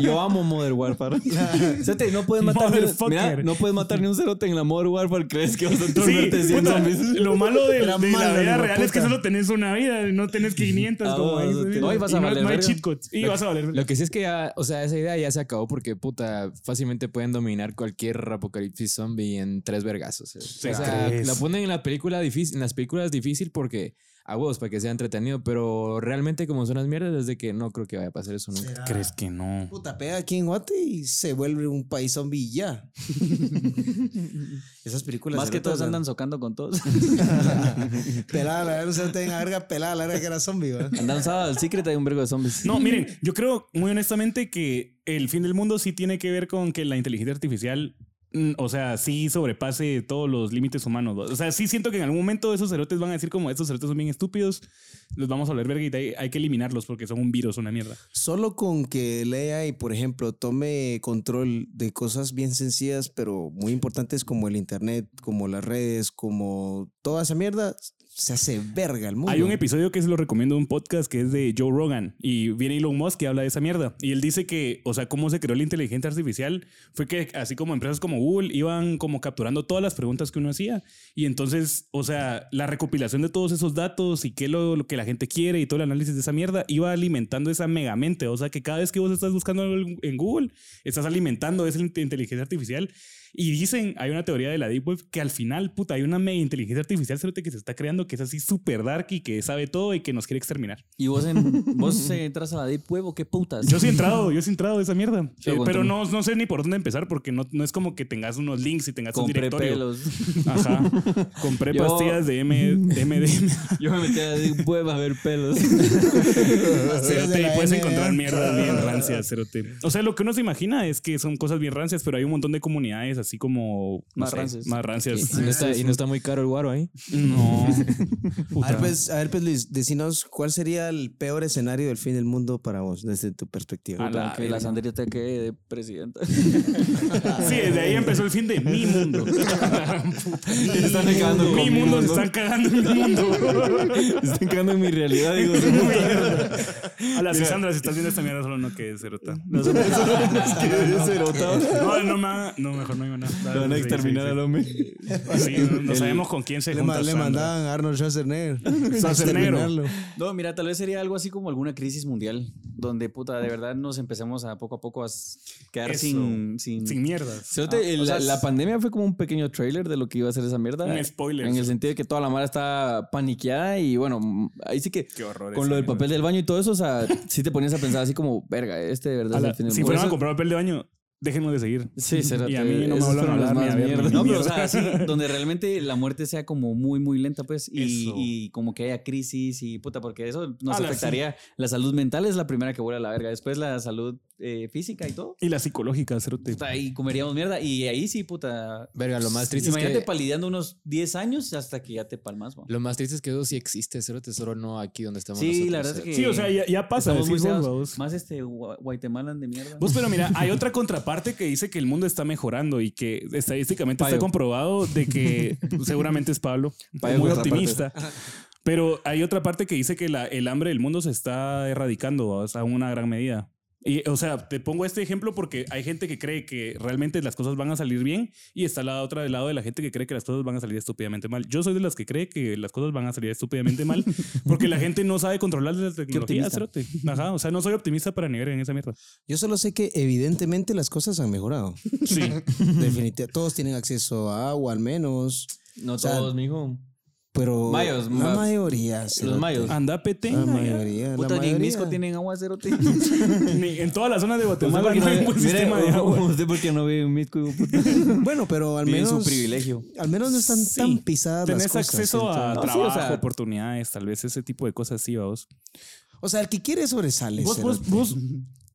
yo amo Modern Warfare. Cerote, no puedes matar. ni-
Motherfucker.
Mira, no puedes matar ni un cerote en la Modern Warfare. ¿Crees que vas a
Sí,
tornarte 100
puta,
zombies?
lo malo de, de la,
Era malo,
vida
hijo de
real es que
puta.
solo tenés una vida, no tenés 500
Ah,
como
vos,
ahí,
no te-
¿sí?
no, y vas a
no,
valer
no hay
verga.
cheat codes. Y vas a valer. verga.
Lo que sí es que ya, o sea, esa idea ya se acabó porque, puta, fácilmente pueden dominar cualquier apocalipsis zombie en tres vergazos. eh.
Sí,
o sea,
crees.
la ponen en la película difícil, en las películas difícil porque a huevos para que sea entretenido, pero realmente como son las mierdas desde que no creo que vaya a pasar eso nunca.
¿Crees que no?
Puta, pega aquí en Guate y se vuelve un país zombie y ya. Esas películas.
Más que todos
erotas,
andan socando con todos.
¿no? Pelada, la verga, no tenga verga, pelada, la verga que era zombie, ¿va?
Andan sábado al secret, hay un vergo de zombies.
No, miren, yo creo muy honestamente que el fin del mundo sí tiene que ver con que la inteligencia artificial, mm, o sea, sí sobrepase todos los límites humanos. ¿va? O sea, sí siento que en algún momento esos cerotes van a decir como estos cerotes son bien estúpidos, los vamos a volver verga y hay, hay que eliminarlos porque son un virus, una mierda.
Solo con que el AI, por ejemplo, tome control de cosas bien sencillas, pero muy importantes como el internet, como las redes, como toda esa mierda, se hace verga el mundo.
Hay un episodio que se lo recomiendo de un podcast que es de Joe Rogan y viene Elon Musk que habla de esa mierda. Y él dice que, o sea, cómo se creó la inteligencia artificial fue que así como empresas como Google iban como capturando todas las preguntas que uno hacía. Y entonces, o sea, la recopilación de todos esos datos y qué es lo, lo que la gente quiere y todo el análisis de esa mierda iba alimentando esa megamente. O sea, que cada vez que vos estás buscando algo en Google, estás alimentando esa inte- inteligencia artificial. Y dicen, hay una teoría de la Deep Web que al final, puta, hay una mega inteligencia artificial cerote, que se está creando que es así súper dark y que sabe todo y que nos quiere exterminar.
¿Y vos, en, vos eh, entras a la Deep Web o qué putas?
Yo sí he entrado, yo sí he entrado a esa mierda.
Sí,
Eh, pero
aguántame.
no, no sé ni por dónde empezar porque no, no es como que tengas unos links y tengas un
compré
directorio.
pelos.
Ajá. Compré
Yo-
pastillas de M, MDMA.
Yo me metí a la Deep Web a ver pelos.
Cerote, y puedes encontrar
mierda.
mierdas bien rancias, cerote. O sea, lo que uno se imagina es que son cosas bien rancias, pero hay un montón de comunidades así como... no
Más rancias.
Más rancias.
Y no, está, y no está muy caro el guaro ahí.
No.
A ver, pues, a ver, pues, Luis, decinos cuál sería el peor escenario del fin del mundo para vos, desde tu perspectiva.
A la
que la Sandrita te quede de presidenta.
Sí, desde ahí empezó el fin de mi mundo.
Se están cagando con
mi mundo se están cagando en mi mundo.
Se están cagando en mi realidad, digo.
A las Sandra, si estás viendo esta mierda, solo no quedes cerota. No, no, no, ma- no, mejor no digo nada.
Lo van a
Sí,
exterminar
sí,
al
sí.
hombre.
Sí, no, no sabemos con quién se
Le,
junta
ma- le
Sandra.
mandaban a Arnold Schwarzenegger.
Schwarzenegger.
Terminarlo.
No, mira, tal vez sería algo así como alguna crisis mundial, donde puta, de verdad nos empecemos a poco a poco a s- quedar
Eso.
sin, sin,
Sin mierdas.
Cerote,
Ah, o
la,
sea,
la pandemia fue como un pequeño trailer de lo que iba a ser esa mierda.
Un spoiler.
En el sentido de que toda la mara está paniqueada y bueno, m- ahí sí que
Qué horror.
con
esa
lo del
mierda.
papel del baño y todo eso, o sea, sí te ponías a pensar así como, verga, este de verdad
A
es
la-
el fin del
si
mundo".
fueran a
Eso-
comprar papel de baño, déjenme de seguir.
Sí, cerote,
Y a mí no me
esas
hablan
fueron las
hablar ni
más
a ver,
mierdas.
ni
No,
No,
pero,
pero o sea, sí, donde realmente la muerte sea como muy, muy lenta, pues, y,
Eso.
y como que haya crisis y puta, porque eso nos
A la-
afectaría. La salud mental es la primera que vuela a la verga, después la salud eh, física y todo.
Y la psicológica, cerote.
Puta, y comeríamos mierda, y ahí sí, puta.
Verga, lo más triste es
Imagínate
que...
palideando unos 10 años hasta que ya te palmas, bo.
Lo más triste es que eso sí existe, cerote, solo no aquí donde estamos
Sí,
nosotros,
la verdad es
cerote.
que.
Sí, o sea, ya, ya pasa.
estamos muy
decís vos,
cegados.
babos.
Más este gua- guatemalan de mierda.
Vos, Pues, pero mira, hay otra contraparte que dice que el mundo está mejorando y que estadísticamente está
Payo.
comprobado de que seguramente es Pablo,
Payo
muy
contraparte.
optimista. Pero hay otra parte que dice que la- el hambre del mundo se está erradicando hasta una gran medida. Y, o sea, te pongo este ejemplo porque hay gente que cree que realmente las cosas van a salir bien y está la otra del lado de la gente que cree que las cosas van a salir estúpidamente mal. Yo soy de las que cree que las cosas van a salir estúpidamente mal porque la gente no sabe controlar la tecnología.
optimista.
cerote. Ajá, o sea, no soy optimista para negar en esa mierda.
Yo solo sé que evidentemente las cosas han mejorado.
Sí.
Definitivamente. Todos tienen acceso a agua, al menos.
no
o sea,
todos, mijo.
Pero
Mayos,
la
ma-
mayoría. cerote.
mayos.
Anda, pete. Ah,
La mayoría. la
Puta, ni en
mayoría.
Misco tienen agua cero. tío.
Ni- En todas las zonas de
Usted
Guatemala
porque
no hay un
no
buen
ve- mire,
sistema de agua. Pues
Usted porque no ve un Mitco, hijo de puta.
Bueno, pero al
Tiene
menos.
su privilegio.
Al menos no están
Sí.
tan pisadas las
Tenés
cosas.
acceso a
entonces.
trabajo,
o sea-
oportunidades, tal vez ese tipo de cosas, sí, vos.
O sea, el que quiere sobresale.
Vos,
cerote.
vos, vos.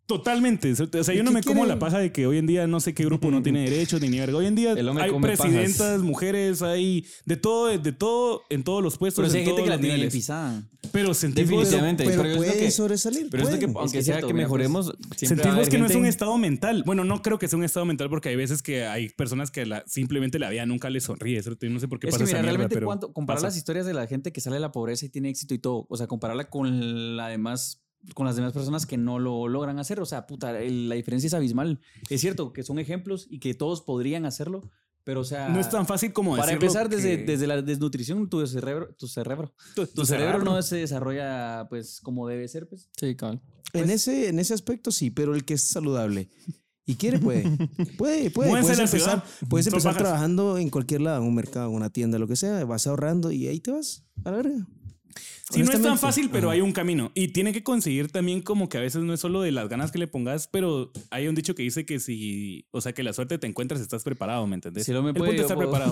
Totalmente. O sea, yo
¿Y
no
qué
me como
quieren?
la paja de que hoy en día no sé qué grupo no tiene derechos ni ni verga. Hoy en día
El hombre
hay
come
presidentas,
pajas.
mujeres, hay de todo, de todo, en todos los puestos.
Pero si
en
hay gente
todos
que la
los
tiene
niveles.
pisada.
Pero sentís vos-
Definitivamente.
Pero,
es lo
pueden
que-
sobresalir.
Pero es lo que,
pueden.
aunque
Es que es
sea
cierto,
que
mira, pues,
mejoremos, siempre va a
Sentimos
haber
que no es
gente-
un estado mental. Bueno, no creo que sea un estado mental porque hay veces que hay personas que la- simplemente la vida nunca les sonríe. ¿cierto? Yo No sé por qué
Es
pasa
que
esa
mira,
mierda,
realmente
pero
cuánto, comparar
pasa.
las historias de la gente que sale de la pobreza y tiene éxito y todo, o sea, compararla con la demás con las demás personas que no lo logran hacer, o sea, puta, el- la diferencia es abismal. Es cierto que son ejemplos y que todos podrían hacerlo, pero o sea,
No es tan fácil como
para
decirlo
empezar desde,
que-
desde la desnutrición tu cerebro, tu cerebro,
tu,
tu cerebro no se desarrolla pues como debe ser, pues.
Sí, cabrón.
En, ese, en ese aspecto sí, pero el que es saludable y quiere puede. Puede, puede.
Muévanse
Puedes
a la
empezar, puedes
Son
empezar
pajas.
trabajando en cualquier lado, en un mercado, en una tienda, lo que sea. Vas ahorrando y ahí te vas. A la verga.
Sí, no es tan
Honestamente.
fácil, pero
Ajá.
hay un camino. Y tiene que conseguir también como que a veces no es solo de las ganas que le pongas, pero hay un dicho que dice que si, o sea, que la suerte te encuentras, estás preparado, ¿me entendés?
Si no me
El
puede,
punto es
yo
estar
puedo.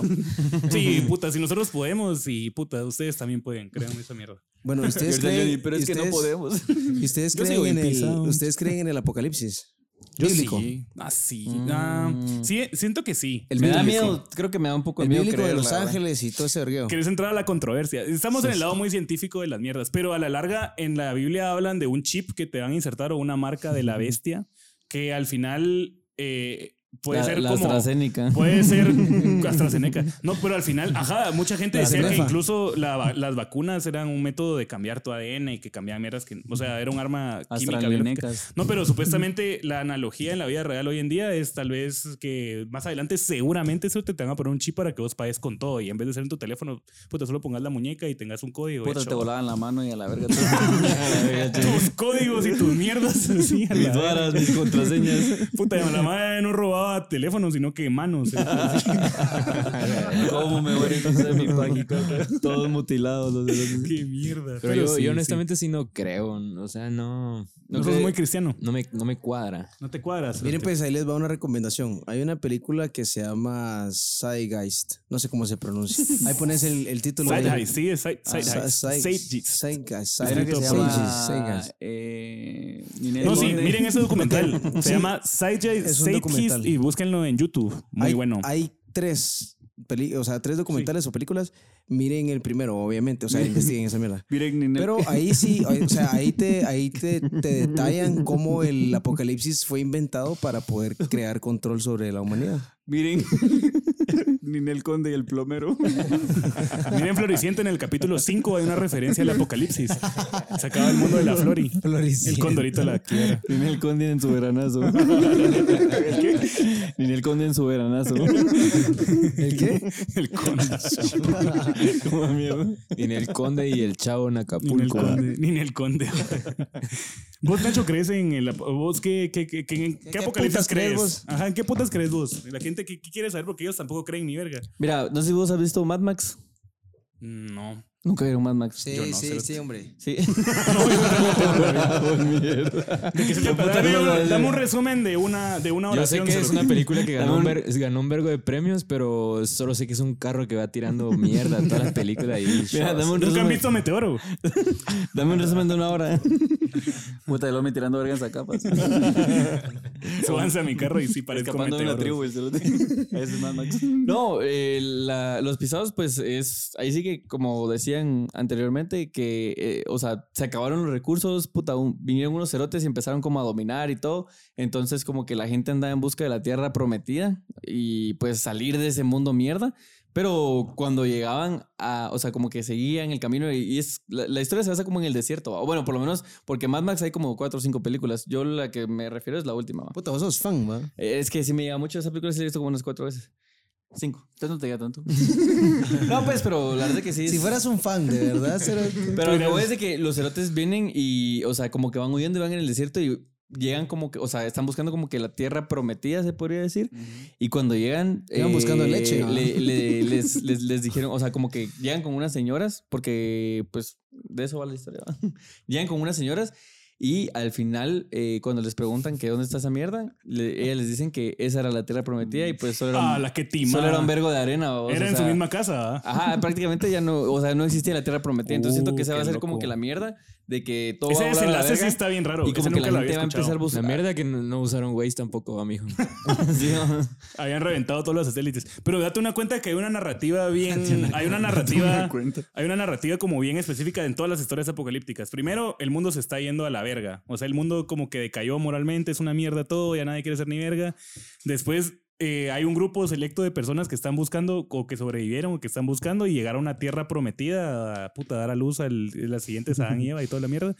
preparado. sí, puta, si nosotros podemos y puta, ustedes también pueden, créanme esa mierda.
Bueno, ustedes
Ahorita
creen,
Johnny, pero es que no
ustedes-
podemos.
¿y ustedes
Yo
creen,
sigo
en el,
empezando.
ustedes creen en el apocalipsis.
Yo
Bíblico.
sí. Ah, sí.
Mm.
Ah, sí, siento que sí.
me da
bíblico.
miedo, creo que me da un poco
El
de miedo
bíblico de
creer,
Los
la verdad.
Ángeles y todo ese vergueo.
Querés entrar a la controversia. Estamos en el lado muy científico de las mierdas, pero a la larga en la Biblia hablan de un chip que te van a insertar o una marca de la bestia que al final eh, puede
la,
ser
la
como.
AstraZeneca.
Puede ser AstraZeneca. No, pero al final, ajá, mucha gente
La
decía que
cenefa.
incluso la va- las vacunas eran un método de cambiar tu ADN y que cambiaban mierdas que, o sea, era un arma química. biológica.
AstraZenecas.
No, pero supuestamente la analogía en la vida real hoy en día es tal vez que más adelante seguramente eso te, te van a poner un chip para que vos pagues con todo y en vez de ser en tu teléfono, puta, solo pongas la muñeca y tengas un código.
Puta,
hecho.
te volaban la mano y a la verga.
tus códigos y tus mierdas. así, a la
Mis
verga.
varas, mis contraseñas.
Puta, la madre no robaba teléfonos, sino que manos. eh,
¿Cómo me voy a cruzar mi página? Todos mutilados los dedos.
Qué mierda.
Pero yo,
sí,
yo honestamente sí. no creo. O sea, no.
sí.
No,
No
creo-
sos muy cristiano.
no me, no me cuadra.
No te cuadras.
Miren,
Cerote.
pues ahí les va una recomendación. Hay una película que se llama Zeitgeist. No sé cómo se pronuncia. Ahí pones el, el título.
Side
ahí.
Eyes, sí, es Side Side
Ah,
Eyes.
Zeit-
Side Eyes.
Zeitgeist.
Hay una que se
Zeitgeist.
llama.
Zeitgeist.
eh, Ninel
No, sí,
Conde.
miren ese documental. Se llama Side Eyes,
es un
Side
documental.
Eyes y búsquenlo en YouTube. Muy
hay,
bueno.
Hay tres, peli- o sea, tres documentales o películas. Miren el primero, obviamente. O sea, investiguen esa mierda.
Miren, Ninel.
Pero ahí sí, ahí- o sea, ahí te, ahí te, te detallan cómo el apocalipsis fue inventado para poder crear control sobre la humanidad.
Miren. Ninel Conde y el plomero.
Miren Floricienta en el capítulo 5 hay una referencia al apocalipsis. Se acaba el mundo de la Flori. El condorito la quiebra.
Ninel Conde en su veranazo. Ninel Conde en su veranazo.
¿El qué?
El condorito.
Como miedo.
En el Conde y el Chavo en
Ni en el
Acapulco.
conde. Ni en el conde. ¿Vos, Nacho, crees en el... ap- ¿Vos qué, qué, qué, qué- en qué
qué
apocalipsis
putas
crees?
crees vos?
Ajá, ¿en qué putas crees vos? La gente que, que quiere saber porque ellos tampoco creen ni verga.
Mira, no sé si vos has visto Mad Max.
No.
Nunca vieron Mad Max.
Sí,
Yo no,
sí,
cerote.
sí, hombre.
Sí.
Dame, un- dame un resumen de una, de una
Yo sé
oración.
que
se
es
lo-
una película que ganó
Dame
un,
un-
ver- ganó un vergo de premios, pero solo sé que es un carro que va tirando mierda a todas las películas. Y
Mira, dame un
Nunca han
resumen.
visto Meteoro.
Dame un resumen de una hora.
Puta, el hombre tirando vergas a capas.
Súbanse a mi carro y sí parezco
Escapando de
Meteoro.
una tribu. el cerote. Ese es Mad Max.
No, eh, la- los pisados, pues es. Ahí sí que, como decían anteriormente, que, eh, o sea, se acabaron los recursos, puta, un- vinieron unos cerotes y empezaron como a dominar y todo. Entonces, como que la gente andaba en busca de la tierra prometida y pues salir de ese mundo mierda. Pero cuando llegaban a, o sea, como que seguían el camino y, y es, la, la historia se basa como en el desierto. O bueno, por lo menos, porque Mad Max hay como cuatro o cinco películas. Yo la que me refiero es la última. va.
Puta, vos sos fan, ¿va?
Es que sí me llega mucho esa película, sí la he visto como unas cuatro veces. Cinco. Entonces no te llega tanto. no, pues, pero la verdad que sí. es-
Si fueras un fan, de verdad, cerote.
Pero lo es de que los cerotes vienen y, o sea, como que van huyendo y van en el desierto y llegan como que, o sea, están buscando como que la tierra prometida, se podría decir. Y cuando llegan. eh,
Iban buscando leche, ¿no?
le- le- les, les- les dijeron, o sea, como que llegan con unas señoras, porque, pues, de eso va la historia. ¿va? llegan con unas señoras. Y al final, eh, cuando les preguntan que dónde está esa mierda, le- ellas les dicen que esa era la tierra prometida y pues solo era un,
Ah, la que tima.
solo era un vergo de arena. babos,
Era
o
en su
sea,
misma casa. ¿ah?
Ajá, prácticamente ya no, o sea, no existía la tierra prometida. Entonces
Uh,
siento que esa va a
qué
ser
loco.
como que la mierda de que todo
Ese
va a volar a la
desenlace sí
verga
está bien raro.
y como
Ese
que
nunca
la
lo
gente
había
va a empezar a
escuchado.
buscar.
La mierda que no, no usaron Waze tampoco, ah, amigo.
Sí, ¿no?
Habían reventado todos los satélites. Pero date una cuenta que hay una narrativa bien. Hay una narrativa. Hay una narrativa como bien específica en todas las historias apocalípticas. Primero, el mundo se está yendo a la verga. O sea, el mundo como que decayó moralmente, es una mierda todo, ya nadie quiere ser ni verga. Después. eh, hay un grupo selecto de personas que están buscando o que sobrevivieron o que están buscando y llegar a una tierra prometida a puta, dar a luz a las siguientes Adán y Eva y toda la mierda.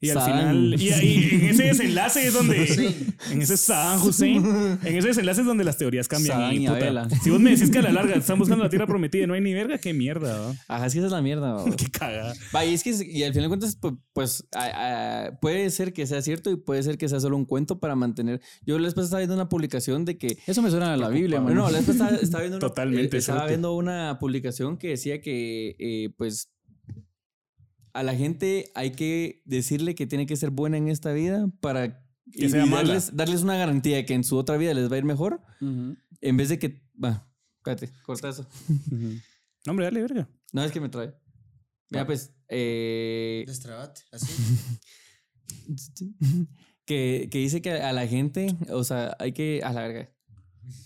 Y al
Sadán.
final, y, ahí, ah, en ese desenlace es donde, en ese Saddam Hussein, en ese desenlace es donde las teorías cambian.
Saddam
y
y
puta,
Abela.
si vos me decís que a la larga están buscando la tierra prometida, y no hay ni verga, qué mierda. ¿va?
Ajá, es que esa es la mierda. babos.
Qué cagada.
Va, y es que, y al final de cuentas, pu- pues, a- a- puede ser que sea cierto y puede ser que sea solo un cuento para mantener. Yo la vez pasada estaba viendo una publicación de que
Eso me suena a la Biblia,
No,
mano.
no, la vez pasada estaba viendo una,
Totalmente
eh, estaba
cierto.
viendo una publicación que decía que, eh, pues, a la gente hay que decirle que tiene que ser buena en esta vida para
Que sea mala.
darles, darles una garantía de que en su otra vida les va a ir mejor,
Ujú.
en vez de que, va, espérate, corta eso.
No, hombre, dale verga.
No es que me trae. Mira, pues, eh,
Destrabate, así.
que, que dice que a la gente, o sea, hay que, a la verga.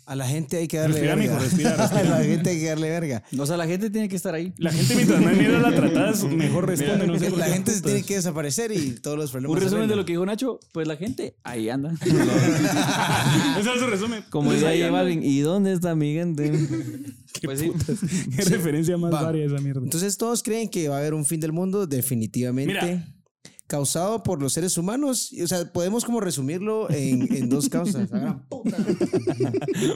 A la gente hay que darle
Respira,
verga.
mijo, respira, respira.
A la gente hay que darle verga.
O sea, la gente tiene que estar ahí.
La gente mientras más mierda la tratas, mejor responde. No sé por
la
qué
gente se
putas.
tiene que desaparecer y todos los problemas.
Un
se
resumen de
arreglan.
lo que dijo Nacho, pues la gente ahí anda.
Ese es su resumen.
Como
Entonces,
ya
Pues ahí
lleva
anda.
alguien. ¿Y dónde está mi gente? pues sí.
Qué referencia más
Va.
varia esa mierda.
Entonces todos creen que va a haber un fin del mundo definitivamente
Mira.
causado por los seres humanos. Y, O sea, podemos como resumirlo en, en dos causas. La gran puta.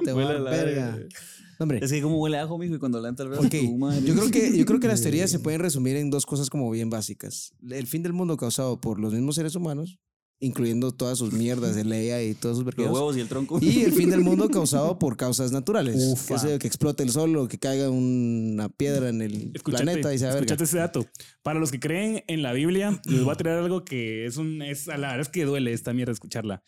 Te voy a dar verga. No, hombre.
Es que como huele a ajo, mijo, y cuando levanta el brazo,
Ok,
tu madre.
yo creo, que, yo creo que las teorías se pueden resumir en dos cosas como bien básicas. El fin del mundo causado por los mismos seres humanos, incluyendo todas sus mierdas de Leia y todos sus
Los
vergueos.
huevos y el tronco.
Y el fin del mundo causado por causas naturales. Que, sea, que explote el sol o que caiga una piedra en el
Escuchate,
planeta y se verga.
escuchate ese dato. Para los que creen en la Biblia, les voy a traer algo que es un. Es, la verdad es que duele esta mierda escucharla.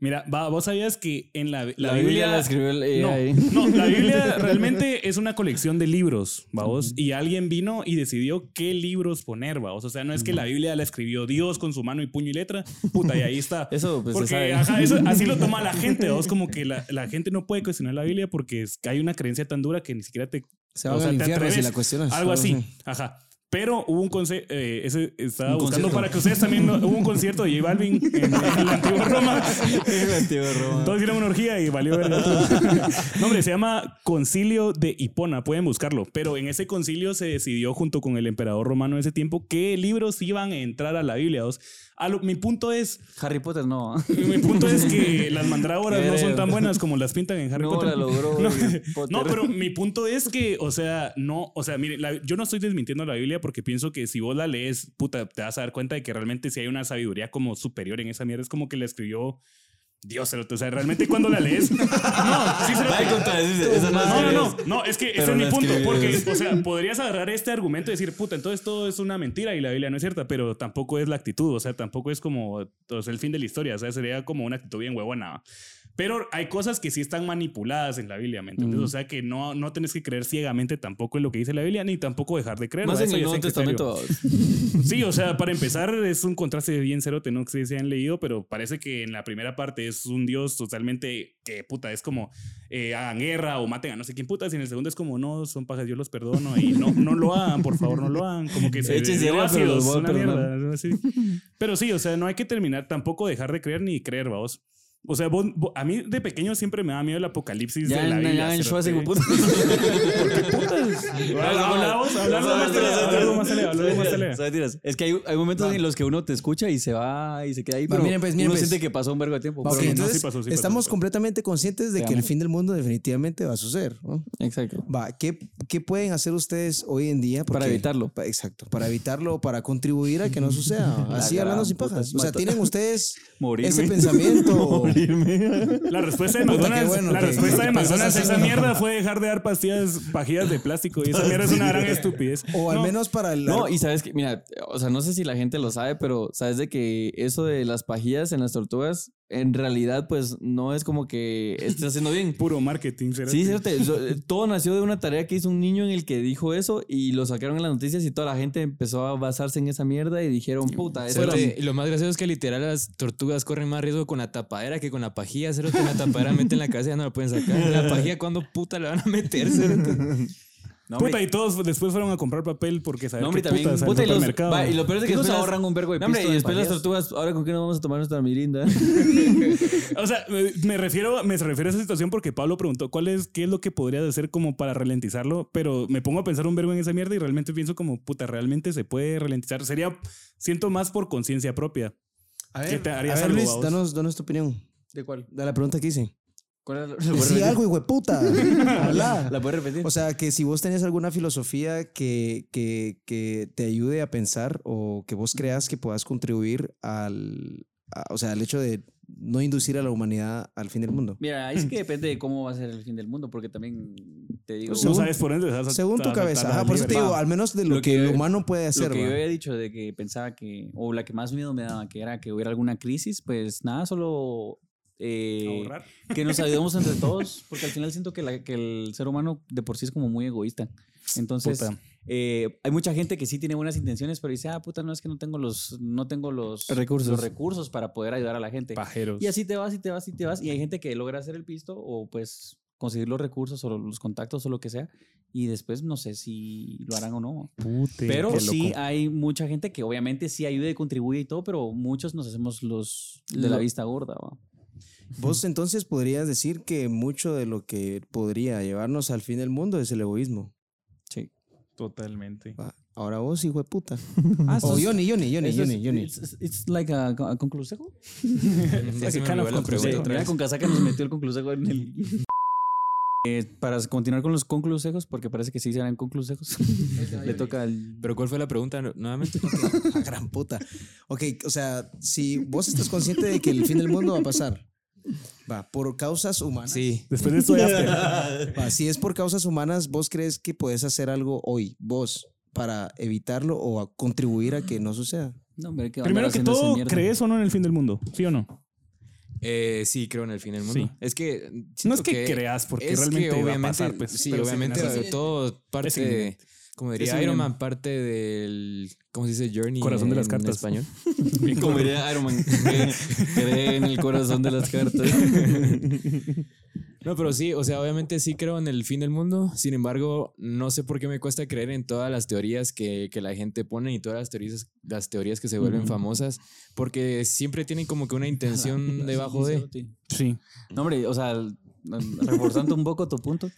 Mira, va, vos sabías que en la, la Biblia.
escribió el eh,
Eh,
no, no, la Biblia realmente es una colección de libros, vamos. Y alguien vino y decidió qué libros poner, vamos. O sea, no es que la Biblia la escribió Dios con su mano y puño y letra. Puta, y ahí está.
Eso, pues, se
Porque
sabe.
ajá, eso- así lo toma la gente, vamos. Como que la, la gente no puede cuestionar la Biblia porque es- hay una creencia tan dura que ni siquiera te
Se van
O sea,
al
te
infierno si
atreves.
la cuestionas.
algo así, ajá. Pero hubo un concierto, ese estaba
Un
buscando
concierto.
para que ustedes también, lo- hubo un concierto de J Balvin en, en la antigua Roma. Todos hicieron una orgía y valió verga todo. No, hombre, se llama Concilio de Hipona, pueden buscarlo. Pero en ese concilio se decidió junto con el emperador romano de ese tiempo qué libros iban a entrar a la Biblia. dos. A lo- mi punto es,
Harry Potter no.
mi punto es que las mandrágoras no son
Creo.
tan buenas como las pintan en Harry
No
Potter.
la logró.
No,
Harry
no,
Potter.
pero mi punto es que, o sea, no, o sea, mire, la- yo no estoy desmintiendo la Biblia porque pienso que si vos la lees, puta, te vas a dar cuenta de que realmente si hay una sabiduría como superior en esa mierda, es como que la escribió Dios, cerote. o sea, realmente cuando la lees, no, sí, cerote. No, no, no, no, es que ese es mi punto, porque, o sea, podrías agarrar este argumento y decir, puta, entonces todo es una mentira y la Biblia no es cierta, pero tampoco es la actitud, o sea, tampoco es como o sea, el fin de la historia, o sea, sería como una actitud bien huevona. Pero hay cosas que sí están manipuladas en la Biblia, ¿me entiendes? O sea, que no, no tenés que creer ciegamente tampoco en lo que dice la Biblia, ni tampoco dejar de creer.
Más
¿verdad?
en
Eso
el
ya es
Nuevo
criterio.
Testamento.
Sí, o sea, para empezar es un contraste bien cerote, no sé si han leído, pero parece que en la primera parte es un dios totalmente que puta, es como eh, hagan guerra o maten a no sé quién putas, y en el segundo es como no, son pajas, yo los perdono y no, no lo hagan, por favor, no lo hagan, como que se
Échense agua, pero
ácidos,
los voy a
una
perdonar.
mierda, ¿no? Así. Pero sí, o sea, no hay que terminar tampoco dejar de creer ni creer, vaos. O sea, vos- vos- a mí de pequeño siempre me da miedo el apocalipsis
Ya
de la
en-
Biblia.
ya en
cerote.
Schwarzenegger, puta.
Habla- hablamos, hablamos más elevado, hablamos más elevado, hablamos más elevado.
Son mentiras. Es que hay, hay momentos en los que uno te escucha y se va y se queda ahí,
Va,
pero
miren, pues, miren,
uno
pues.
siente que pasó un vergo de tiempo.
Ok,
Pero-
no,
entonces
sí pasó, sí pasó,
estamos
sí pasó.
completamente conscientes de
Te
que el
amo.
fin del mundo definitivamente va a suceder. ¿no?
Exacto.
Va, ¿qué, qué pueden hacer ustedes hoy en día?
Para evitarlo.
pa- Exacto, para evitarlo, para contribuir a que no suceda. Así
La
hablando
gran
sin
puta,
pajas. O sea,
mata-
tienen ustedes
Morirme.
ese pensamiento.
La respuesta de
Puta, qué
McDonald's,
bueno
la
que-
respuesta
que
de McDonald's a
pensaste
esa
así.
mierda fue dejar de dar pastillas, pajillas de plástico y esa mierda es una gran estupidez.
o al
No,
menos para el.
No, y sabes que, mira, o sea, no sé si la gente lo sabe, pero sabes de que eso de las pajillas en las tortugas, en realidad, pues no es como que esté haciendo bien.
puro marketing, ¿será?
Sí, cierto. Eso- Todo nació de una tarea que hizo un niño en el que dijo eso y lo sacaron en las noticias y toda la gente empezó a basarse en esa mierda y dijeron, puta, Ah, eso era...
Cerote, y lo más gracioso es que literal las tortugas corren más riesgo con la tapadera que con la pajilla. Cerote, la tapadera meten la cabeza y ya no la pueden sacar. La pajilla, ¿cuándo puta la van a meter? Cerote?
No, hombre,
Puta, y todos después fueron a comprar papel porque saben
No,
que
hombre, también-
putas al
Puta, y, los-
supermercado.
va, y lo peor
¿Por
es que
qué nos
después las-
ahorran un vergo de
No, hombre,
pisto
y
de
después las
pajillas?
tortugas, ahora con qué nos vamos a tomar nuestra mirinda.
O sea, me- me refiero, me refiero a esa situación porque Pablo preguntó cuál es, qué es lo que podrías hacer como para ralentizarlo, pero me pongo a pensar un verbo en esa mierda y realmente pienso como, puta, realmente se puede ralentizar. Sería, siento más por conciencia propia.
a
¿qué
ver,
te
a
harías
ver,
algo,
Luis,
babos?
danos, danos tu opinión.
¿De cuál?
De la pregunta que hice.
¿Cuál
Sí, algo, hijo de puta. Habla.
¿La puedes repetir?
O sea, que si vos tenés alguna filosofía que, que, que te ayude a pensar o que vos creas que puedas contribuir al, a- o sea, al hecho de no inducir a la humanidad al fin del mundo.
Mira, ahí sí que depende de cómo va a ser el fin del mundo, porque también te digo.
Pues
No
según-
sabes por dónde te vas a-
Según
te
tu
vas a
cabeza.
tardar
Ajá, por eso te
libre.
digo, al menos de lo,
Lo
que,
que-
el humano puede hacer.
lo que yo
¿va?
había dicho de que pensaba que, o la que más miedo me daba, que era que hubiera alguna crisis, pues nada, solo eh,
Ah, Ahorrar.
que nos ayudemos entre todos, porque al final siento que, la- que el ser humano de por sí es como muy egoísta. Entonces,
Puta.
eh, hay mucha gente que sí tiene buenas intenciones, pero dice, ah, puta, no es que no tengo los, no tengo los
Recursos.
los recursos para poder ayudar a la gente.
Pajeros.
Y así te vas y te vas y te vas. Y hay gente que logra hacer el pisto o pues
conseguir los recursos o los contactos o lo que sea, y después no sé si lo harán o no.
Pute,
Pero
qué
sí
loco.
hay mucha gente que obviamente sí ayuda y contribuye y todo, pero muchos nos hacemos los de la
Lo-
vista gorda. ¿va?
Vos entonces podrías decir que mucho de lo que podría llevarnos al fin del mundo es el egoísmo.
Totalmente.
Va, Ahora vos, hijo de puta.
Ah,
O
sos-
Oh, Johnny, Johnny, Johnny,
eso es-
Johnny, Johnny.
It's, it's like a, a conclusejo.
Ya se me
Kind of
olvidó la
conclusejo.
pregunta otra
Mira,
vez.
con casaca nos metió el conclusejo en el... Eh, para continuar con los conclusejos, porque parece que sí serán conclusejos, le toca al...
Pero ¿cuál fue la pregunta nu- nuevamente?
Ah, gran puta. Ok, o sea, si vos estás consciente de que el fin del mundo va a pasar, va, por causas humanas.
Sí.
Después de esto, ya-
Va, si es por causas humanas, ¿vos crees que podés hacer algo hoy, vos, para evitarlo o a contribuir a que no suceda?
No, hombre, ¿qué va a andar
primero que
haciendo esa
todo,
mierda?
¿crees o no en el fin del mundo? ¿Sí o no?
Eh, sí, creo en el fin del mundo.
Sí.
Es que.
No
siento
es que, creas, porque
es que
realmente va a
obviamente-
pasar. Pues,
sí,
pero
obviamente
sí,
eh, todo parte de. Como diría Iron
inminente.
Man, parte del. ¿Cómo se dice? Journey.
Corazón de las
en
cartas.
español.
Como diría Iron Man, cree en el corazón de las cartas.
No, pero sí, o sea, obviamente sí creo en el fin del mundo. Sin embargo, no sé por qué me cuesta creer en todas las teorías que, que la gente pone y todas las teorías, las teorías que se vuelven famosas, porque siempre tienen como que una intención debajo de.
sí.
No, hombre, o sea, el- reforzando un poco tu punto.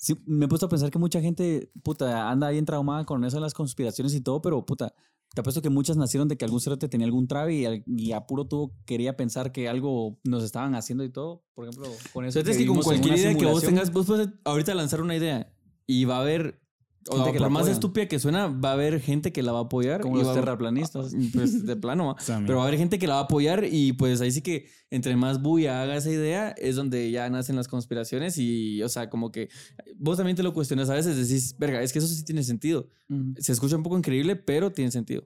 Sí, me he puesto a pensar que mucha gente, puta, anda bien traumada con eso de las conspiraciones y todo, pero puta, te apuesto que muchas nacieron de que algún cerote tenía algún trave y, al- y a puro tuvo quería pensar que algo nos estaban haciendo y todo. Por ejemplo, con eso.
Entonces, es que con
vivimos en
cualquier
una
idea que vos
simulación,
tengas, vos puedes ahorita lanzar una idea y va a haber. o
Gente que la
por más
apoya.
estúpida que suena, va a haber gente que la va a apoyar.
Como
y
los
va a-
terraplanistas.
Pues de plano, va.
Sammy.
Pero va a haber gente que la va a apoyar y pues ahí sí que entre más bulla haga esa idea es donde ya nacen las conspiraciones y, o sea, como que vos también te lo cuestionas a veces, decís, verga, es que eso sí tiene sentido.
Ujú.
Se escucha un poco increíble, pero tiene sentido.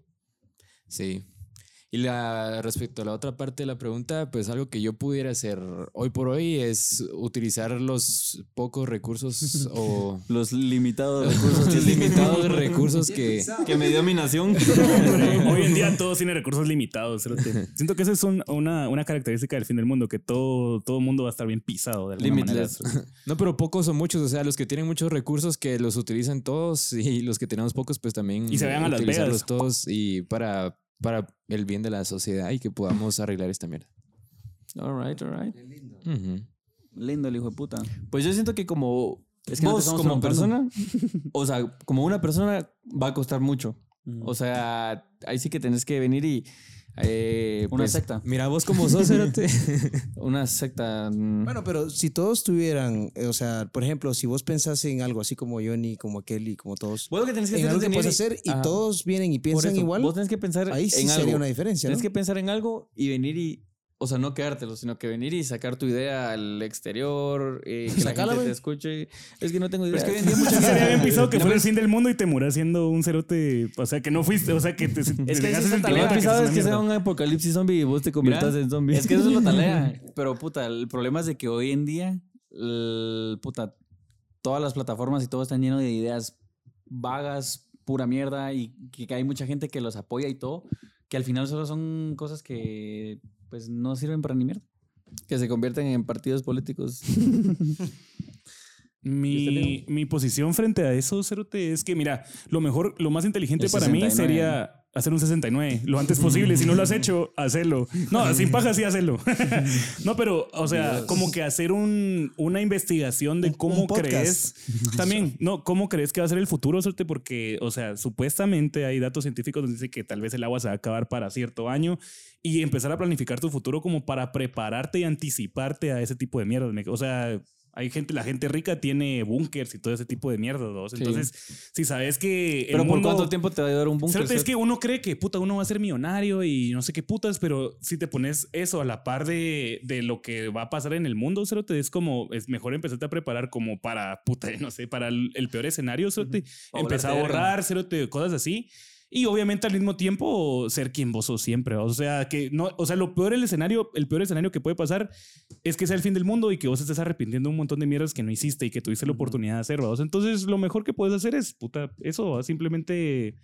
Sí. Y la, respecto a la otra parte de la pregunta, pues algo que yo pudiera hacer hoy por hoy es utilizar los pocos recursos o
Los limitados
los limitados recursos que...
que me dio mi nación.
Hombre, Hoy en día todo tiene recursos limitados. cerote. Siento que esa es un- una, una característica del fin del mundo, que todo, todo mundo va a estar bien pisado de alguna manera.
Limitless.
cerote.
No, pero pocos o muchos, o sea, los que tienen muchos recursos que los utilizan todos y los que tenemos pocos, pues también
Y se vayan a Las
utilizarlos
Vegas.
todos y para, para el bien de la sociedad y que podamos arreglar esta mierda.
All right, all right.
Ujú.
Lindo el hijo de puta.
Pues yo siento que como
Es que no te
vos
estamos
como
preguntando.
persona, o sea, como una persona va a costar mucho.
Mm.
O sea, ahí sí que tenés que venir y eh,
Una
pues,
secta.
Mira vos como sos, Cerote.
una secta. mm,
Bueno, pero si todos tuvieran, eh, o sea, por ejemplo, si vos pensás en algo así como Johnny, como Kelly, como todos,
Vos lo que tenés que
en
hacer
algo
es
que
venir
puedes
y-
hacer y
Ajá.
todos vienen y
Por
piensan
eso,
igual,
Vos tenés que pensar
ahí sí
en
sería
algo.
una diferencia.
Tienes
¿no?
que pensar en algo y venir y, o sea, no quedártelo, sino que venir y sacar tu idea al exterior, eh, que la
Sácala,
gente
güey.
te escuche. Es que no tengo idea.
es que hoy en día mucha
Sí, Sería bien pisado que
No, pero-
fuera el fin del mundo y te mueras siendo un cerote. O sea, que no fuiste, o sea, que te.
Es que
dejaste
ese es el
sentir
talea.
que sos
Pisado
una
es que
mierda.
sea un apocalipsis zombie y vos te conviertas en zombie.
Es que eso es lo talea. Pero puta, el problema es de que hoy en día, el- puta, todas las plataformas y todo están lleno de ideas vagas, pura mierda, y que, que hay mucha gente que los apoya y todo, que al final solo son cosas que pues no sirven para ni mierda.
que se convierten en partidos políticos.
Mi, mi posición frente a eso, Cerote, es que, mira, lo mejor, lo más inteligente
El
para mí
69.
sería hacer un 69 lo antes posible. Si no lo has hecho, hacelo. No, sin paja, sí, hacelo. no, pero, o sea, como que hacer un, una investigación de
Un-
cómo
un podcast.
crees. También, no, cómo crees que va a ser el futuro, Cerote, porque, o sea, supuestamente hay datos científicos donde dice que tal vez el agua se va a acabar para cierto año y empezar a planificar tu futuro como para prepararte y anticiparte a ese tipo de mierdas. me- O sea, hay gente, la gente rica tiene bunkers y todo ese tipo de mierdas. ¿no? Entonces, si sabes que. el
Pero ¿por
mundo-
cuánto tiempo te va a llevar un búnker?
Cierto, es que uno cree que puta, uno va a ser millonario y no sé qué putas, pero si te pones eso a la par de, de lo que va a pasar en el mundo, cero es como es mejor empezarte a preparar como para puta, no sé, para el, el peor escenario, cerote. empezar a
volarte verga.
borrar, cerote, cosas así. Y obviamente al mismo tiempo ser quien vos sos siempre, ¿va? o sea, que no, o sea, lo peor el escenario, el peor escenario que puede pasar es que sea el fin del mundo y que vos estés arrepintiendo un montón de mierdas que no hiciste y que tuviste la oportunidad de hacer, ¿va? O sea, entonces lo mejor que puedes hacer es, puta, eso, ¿va? simplemente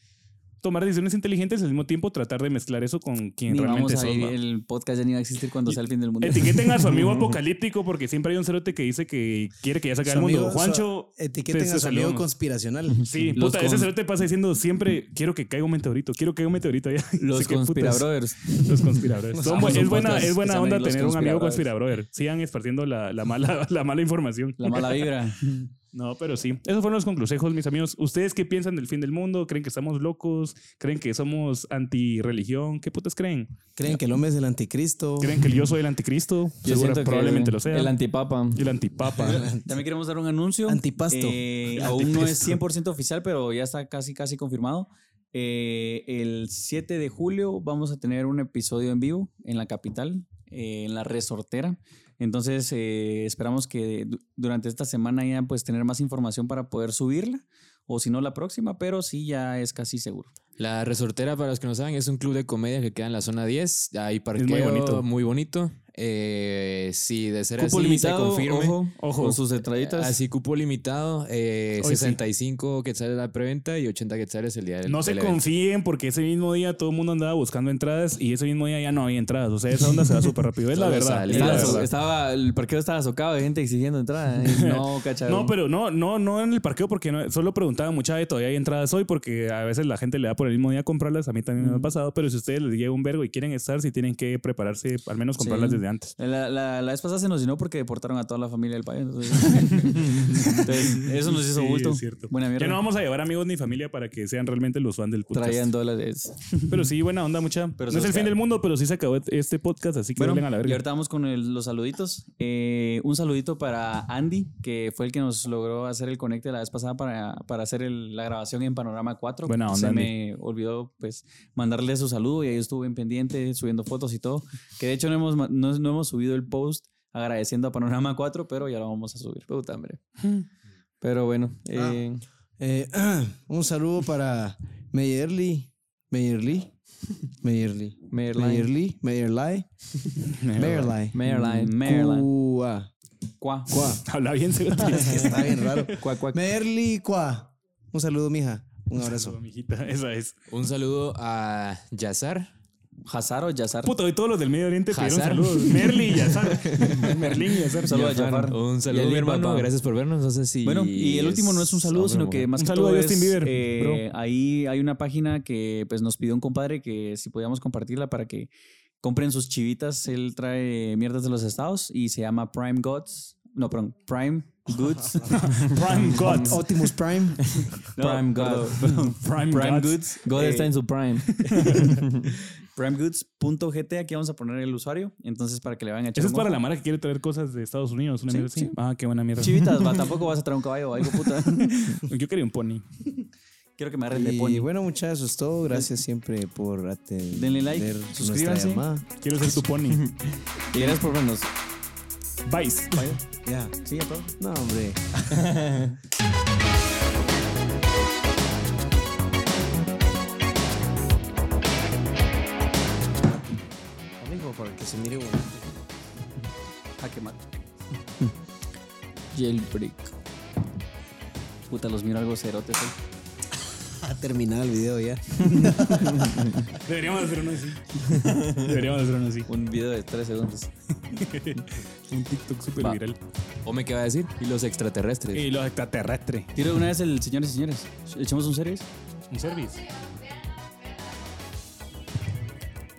tomar decisiones inteligentes y al mismo tiempo tratar de mezclar eso con quien
Ni vamos
realmente
a
sos.
vivir-
¿va?
el podcast ya ni va a existir cuando sea el fin del mundo.
Etiqueten a su amigo apocalíptico porque siempre hay un cerote que dice que quiere que ya se acabe el
Su
mundo.
amigo- su-
Juancho.
Etiqueten
se-
a
se
su
salió,
amigo
man.
conspiracional.
Sí,
eh, Los
puta, ese
con-
cerote pasa diciendo siempre quiero que caiga un meteorito, quiero que caiga un meteorito. Ya.
Los
Así que, putas,
conspirabrothers.
Los conspiradores. Son bu-
Vamos a
es,
un
buena,
podcast
es
que
buena
se
onda
llame Los
tener un amigo conspirador.
Conspiradores.
Sigan esparciendo la, la mala, la mala información.
La mala vibra.
No, pero sí. Esos fueron los consejos, mis amigos. ¿Ustedes qué piensan del fin del mundo? ¿Creen que estamos locos? ¿Creen que somos antirreligión? ¿Qué putas creen?
Creen que el hombre es el anticristo.
¿Creen que yo soy el anticristo?
Yo
Segura-
siento que
probablemente lo sea.
El antipapa.
el antipapa.
También queremos dar un anuncio.
Antipasto.
Eh, aún no es 100% oficial, pero ya está casi, casi confirmado. Eh, el 7 de julio vamos a tener un episodio en vivo en la capital, eh, en la resortera. Entonces eh, esperamos que du- durante esta semana ya pues tener más información para poder subirla, o si no la próxima, pero sí ya es casi seguro.
La Resortera, para los que no saben, es un club de comedia que queda en la zona 10. Hay parqueo muy
bonito.
bonito. Muy bonito. Eh, sí, de ser
Cupo
así,
limitado,
se confirme.
ojo,
Ojo.
con sus entraditas.
Así, cupo limitado, eh,
Hoy sí.
65 quetzales la preventa y 80 quetzales el día del
No se
del evento.
confíen porque ese mismo día todo el mundo andaba buscando entradas y ese mismo día ya no había entradas. O sea, esa onda se va súper rápido. Es la
Solo
verdad. es la
salidas.
Estaba,
verdad.
so- estaba- el parqueo estaba socado de gente exigiendo entrada. ¿eh? No, cachado.
No, pero no, no, no en el parqueo porque no- solo preguntaba mucha de todavía hay entradas hoy porque a veces la gente le da por el mismo día comprarlas. A mí también me ha pasado, pero si ustedes les llega un vergo y quieren estar, si tienen que prepararse, al menos comprarlas
Sí.
desde antes.
La, la, la vez pasada se nos llenó porque deportaron a toda la familia del país. Entonces, entonces, eso nos hizo
Sí,
gusto.
es cierto.
Buena mierda.
Ya no vamos a llevar amigos ni familia para que sean realmente los fans del podcast.
Traían dólares.
Pero sí, buena onda, mucha.
Pero
no
se
es el
los
fin
cae.
del mundo, pero sí se acabó este podcast, así que
Bueno,
hablen a la
y
verga.
ahorita vamos con el- los saluditos. Eh, un saludito para Andy, que fue el que nos logró hacer el conecte la vez pasada para, para hacer el- la grabación en Panorama 4.
Buena onda,
Se
Andy.
me olvidó pues mandarle su saludo y ahí estuve en pendiente subiendo fotos y todo. Que de hecho no hemos, ma- no, no hemos subido el post agradeciendo a Panorama 4, pero ya lo vamos a subir. Puta, hombre. Pero bueno, eh,
Eh, ah, un saludo para Meyerly. Meyerly. Meyerly.
Maryland.
Meyerly. Meyerly. Meyerly.
Maryland. Maryland.
Cua.
Cuá.
Cua.
Habla bien, cerote.
Es que está bien raro.
Cuá, cuá.
Meyerly Cua. Un saludo, mija. Un abrazo.
Mijita, esa es.
Un saludo a Yazar.
Hazar o Yazar.
Puta, hoy todos los del Medio Oriente pidieron
Hazar.
saludos. Merly y Yazar. Merlín y Yazar.
Saludos a Jafar.
Un
Y a
saludo,
Lil
mi hermano.
Papa.
Gracias por vernos. No sé si
Bueno, y el último no es un saludo,
hombre o
sino que
mujer.
más
Un
que
saludo
todo
a Justin
es,
Bieber,
eh, ahí hay una página que pues nos pidió un compadre que si podíamos compartirla para que compren sus chivitas. Él trae mierdas de los estados y se llama Prime Gods. No, perdón, Prime Goods.
Prime Gods.
Optimus Prime.
Prime God.
Prime,
Prime
Gods.
Goods.
God
Eh,
está en su prime.
primegoods.gt. Aquí vamos a poner el usuario. Entonces, para que le vayan a echar.
Eso es
un
para
ojo.
la mara que quiere traer cosas de Estados Unidos. Una
Sí,
mierda así.
sí.
Ah, qué buena mierda.
Chivitas, va, tampoco vas a traer un caballo o algo, puta.
Yo quería un pony.
Quiero que me agarren de
Y
pony.
bueno, muchachos, eso es todo. Gracias siempre por atender.
Denle like,
nuestra
suscríbanse.
llamada.
Quiero ser tu pony.
Y gracias por vernos.
Vice.
Ya.
Sí, a todos.
No, hombre. Amigo, para que se mire bonito.
A quemar. Jailbreak. Puta, los miro algo cerotes hoy.
Ha terminado el video ya.
Deberíamos hacer uno así. Deberíamos hacer uno así.
Un video de 3 segundos.
Un TikTok súper
Va.
viral.
¿O me qué va a decir? Y los extraterrestres.
Y los extraterrestres.
Tiro de una vez el señores y señores. ¿Echamos un series?
Un service.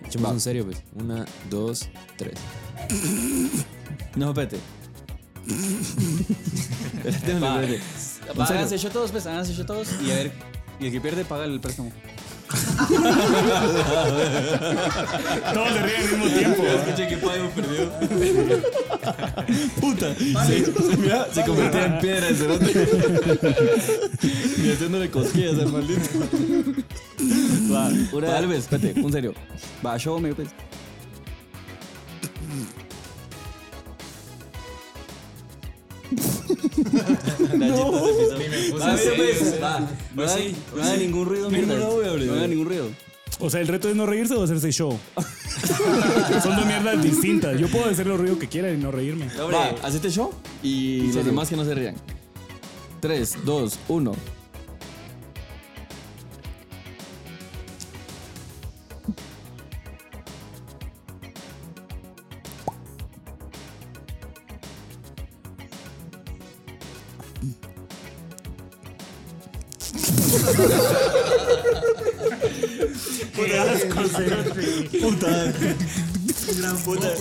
Echemos en serio, pues. Una, dos, tres.
No, espérate. espérate, va. espérate. Va, Háganse yo todos, pues, háganse yo todos. Y a ver, y el que pierde paga el préstamo.
Todos se ríen al mismo tiempo.
que perdió.
Se convertía en piedra el cerote. Y haciéndole cosquillas al maldito.
Va, una
Tal vez, espérate, un serio.
Va, yo me pues. Va, pues, va. No haga- no haga ningún ruido, mierda. No haga ningún ruido.
O sea, el reto es no reírse o hacerse show. Son dos mierdas distintas. Yo puedo hacer lo ruido que quiera y no reírme.
Va, hacete show y los demás que no se rían. Tres, dos, uno.
Qué asco, cerote.
Puta.
Gran puta.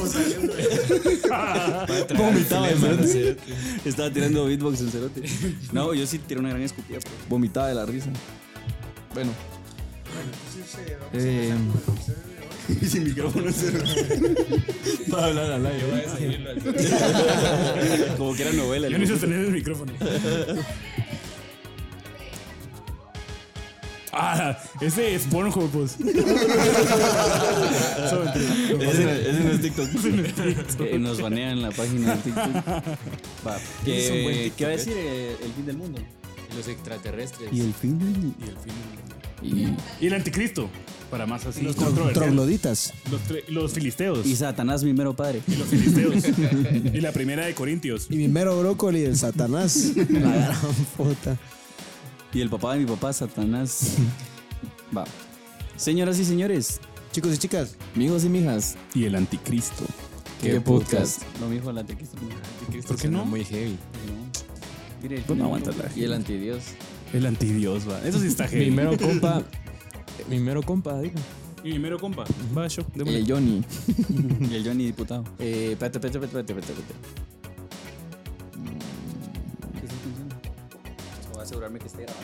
Vomitaba el cerote. Estaba tirando beatbox el cerote. No, yo sí tiré una gran escupida. pues. Vomitaba de la risa. Bueno. Eh,
Y sin micrófono, cerote.
para hablar al aire. Como que era novela. el güey.
Yo necesito tener el micrófono. Ah, ese es Pornhub, pues.
Ese no- ese no es TikTok. Eh, nos banean la página de TikTok. Va, que- ¿Qué va a decir eh, el fin del mundo?
Los extraterrestres.
Y el fin del mundo.
Y,
Y el anticristo, para más así. Los,
Trogloditas.
los, tre- los filisteos.
y Satanás, mi mero padre.
Y los filisteos. y la primera de Corintios.
Y mi mero brócoli del Satanás. La gran puta.
Y el papá de mi papá, Satanás. Va. Señoras y señores,
Chicos y chicas,
Amigos y mijas.
Y el anticristo.
¿Qué, podcast?
No, mi hijo, el anticristo. no.
¿Por qué no?
Muy heavy.
Mire, el
Tú
fin
no aguantas
del mundo.
la-
Y el antidios.
El antidios, va. Eso sí está
Mi
heavy.
mero compa. Mi mero compa, digo.
Mi primero compa. Va, yo.
El Johnny. y el Eh, Johnny diputado. Eh, espérate, espérate, espérate, espérate, espérate. ¿Qué está funcionando? Voy a asegurarme que esté grabando.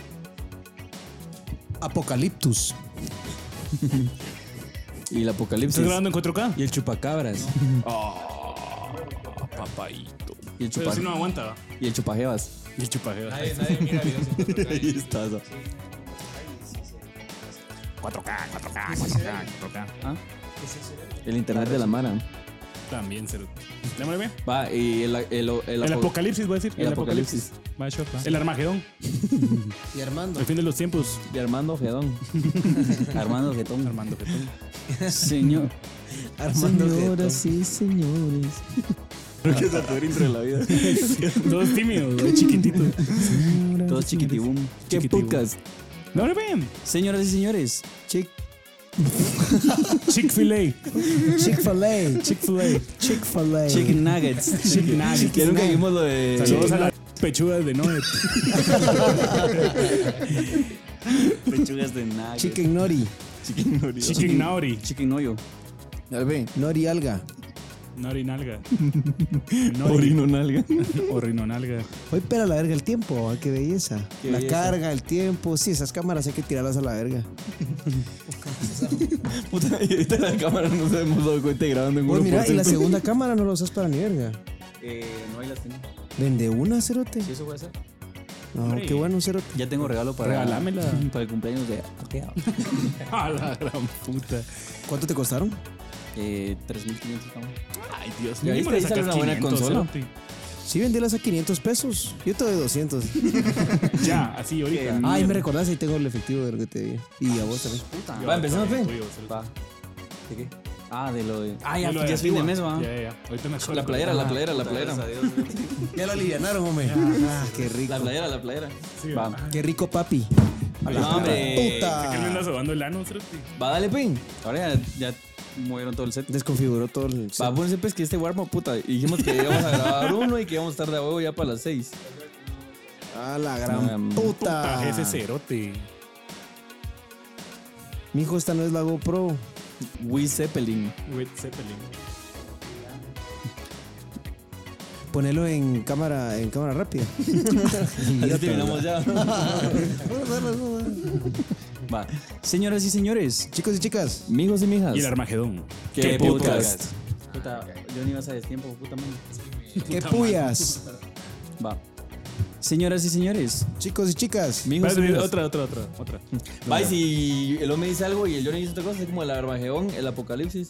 Apocaliptus.
Y el apocalipsis.
¿Estás grabando en 4K?
Y el chupacabras.
Ah,
Papaito.
Y el,
Pero
chupa,
si no aguanta, va.
y el chupajevas.
Y el chupajeo.
Ahí está. eso.
4K, 4K, 4K, 4K.
El internet de la mara.
También, cero. Llámale bien.
Va, y el, el, el,
El
apo-
apocalipsis, voy a decir.
El apocalipsis.
Va, yo, va. El Armagedón.
Y Armando.
El fin de los tiempos.
de Armando Gedón. Armando Gedón.
Armando Getón.
Señor.
Armando
Señoras y señores.
Creo que es la peor intro de la vida. Todos tímidos, ¿no? chiquititos.
Todos chiquitibum. Qué
Chiquitibum.
pucas.
No, no, ven.
Señoras y señores. Chick.
Chick-fil-A.
Chick-fil-A.
Chick-fil-A.
Chick-fil-A.
Chicken nuggets. Chicken nuggets. Que nunca vimos lo de.
Saludos a las pechugas de Noé.
Pechugas de nuggets.
Chicken Nori.
Chicken Nauri.
Chicken hoyo.
Nori Alga.
Nauri Nalga. Orino Nalga. Orino Nalga.
Hoy pera la verga el tiempo, ah, qué belleza.
Qué
la
belleza.
carga, el tiempo. Sí, esas cámaras hay que tirarlas a la verga.
Puta, y ahorita la cámara no se hemos dado cuenta Pues y grabando en
Vos mira, y
1%.
la segunda cámara no la usas para ni verga.
Eh, no, ahí las tengo.
Vende una, cerote.
¿Sí eso puede ser?
No,
hombre.
qué bueno, cerote.
Ya tengo regalo para.
Regálamela.
Para el cumpleaños de.
A la gran puta.
¿Cuánto te costaron?
Eh, 3.500 cada uno.
Ay, Dios
Ya viste,
mío. le
ahí sale
sacas
una buena
500,
consola.
cerote.
Sí, vendílas a 500 pesos. Yo te doy 200.
Ya, así ahorita.
Ay, me recordás, ahí tengo el efectivo de lo que te di. Y a vos también.
Puta.
Yo
Va, empezando,
ahorita
Fe.
voy, cerote.
Va. ¿De qué? Ah, de lo de. Ah,
Y
ya,
lo
ya es fin de
antigua.
mes, va.
Ya, ya, ya. Ahorita me acuerdo.
La playera, la playera, la playera.
Ya lo alivianaron, hombre. Ah, qué rico.
La playera, la playera.
Sí,
va.
va.
Qué rico, papi.
No, hombre.
¿Qué le
Puta.
andas sobando el ano, cerote?
Va, dale, pin. Ahora ya, ya movieron todo el set.
Desconfiguró todo el.
Va, pónganse pues que este warm puta. Y dijimos que íbamos a grabar uno y que íbamos a estar de huevo ya para las 6.
Ah, la
Ah,
gran puta.
Puta, ese cerote.
Mijo, esta no es la GoPro.
Wee Zeppelin.
Wet Zeppelin.
Ponelo en cámara, en cámara rápida.
Así terminamos ya. Va. Señoras y señores,
Chicos y chicas,
amigos y mijas.
Y el Armagedón.
¿Qué podcast? Puta, Ah, yo ni ibas a destiempo, puta madre.
qué puyas.
Va. Señoras y señores,
Chicos y chicas,
amigos y
Espérate,
mijas.
Otra, otra, otra, otra.
Va, y si el hombre dice algo y el Johnny dice otra cosa, es como el Armagedón, el Apocalipsis,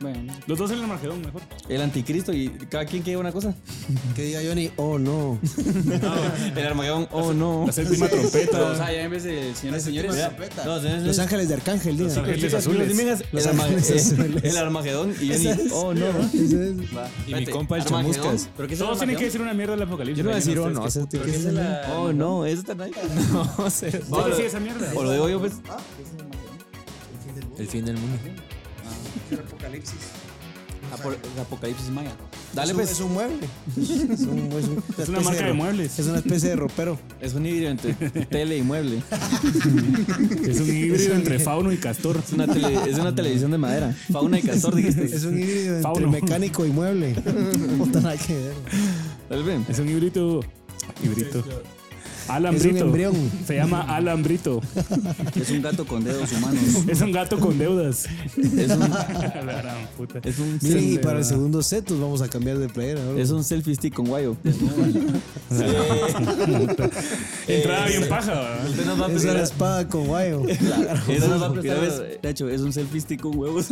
Bueno. Los dos en el Armagedón, mejor.
el Anticristo y cada quien que diga una cosa.
que diga Johnny, oh no.
El Armagedón, oh no.
La séptima
Pero, o
trompeta.
sea, ya en vez de señores y señores.
Las
ya- No, señores y
Los
señores.
Ángeles de Arcángel, diga.
Los Ángeles
Chicas,
Azules.
amigos y mijas,
Los
el Arma-
Ángeles
eh,
Azules.
El Armagedón y Johnny,
Esa es-
oh no.
Ese es-
Va,
Y mi
espérate,
compa el
Armagedón.
Chamuscas.
¿Pero qué es el
Todos tienen
Armagedón?
que decir una mierda del apocalipsis.
Yo no voy a decir
ustedes
oh, no,
qué-
cerote,
¿Pero qué es el- Oh no, es esta nadie.
No sé.
¿Vos decís esa mierda?
O lo digo yo, pues.
El fin del mundo.
Apo- Apocalipsis Maya.
es,
Dale,
un,
pues.
es un mueble. Es, un- es un-
Es una
especie
marca de
ro-
muebles.
Es una especie de ropero.
Es un híbrido entre tele y mueble.
Es un híbrido entre fauno y castor.
Es una, tele- es una televisión de madera. Fauna y castor, dijiste.
Es un híbrido entre
Fauno.
mecánico y mueble. Puta, nada que ver.
Tal vez.
Es un híbrido. Híbrido.
Es un
Alambrito.
embrión.
Se llama alambrito.
Es un gato con dedos humanos.
Es un gato con deudas.
Es un,
La gran puta.
es un,
Miren, y
selfie,
para el segundo set nos vamos a cambiar de playera. ¿no?
es un selfie stick con guayo.
Entrada bien paja, ¿verdad?
Usted Eh, nos va a
es
empezar
la
a-
espada con guayo.
Eso nos va a prestar. ¿Sabes? Tacho, es un selfie stick con huevos.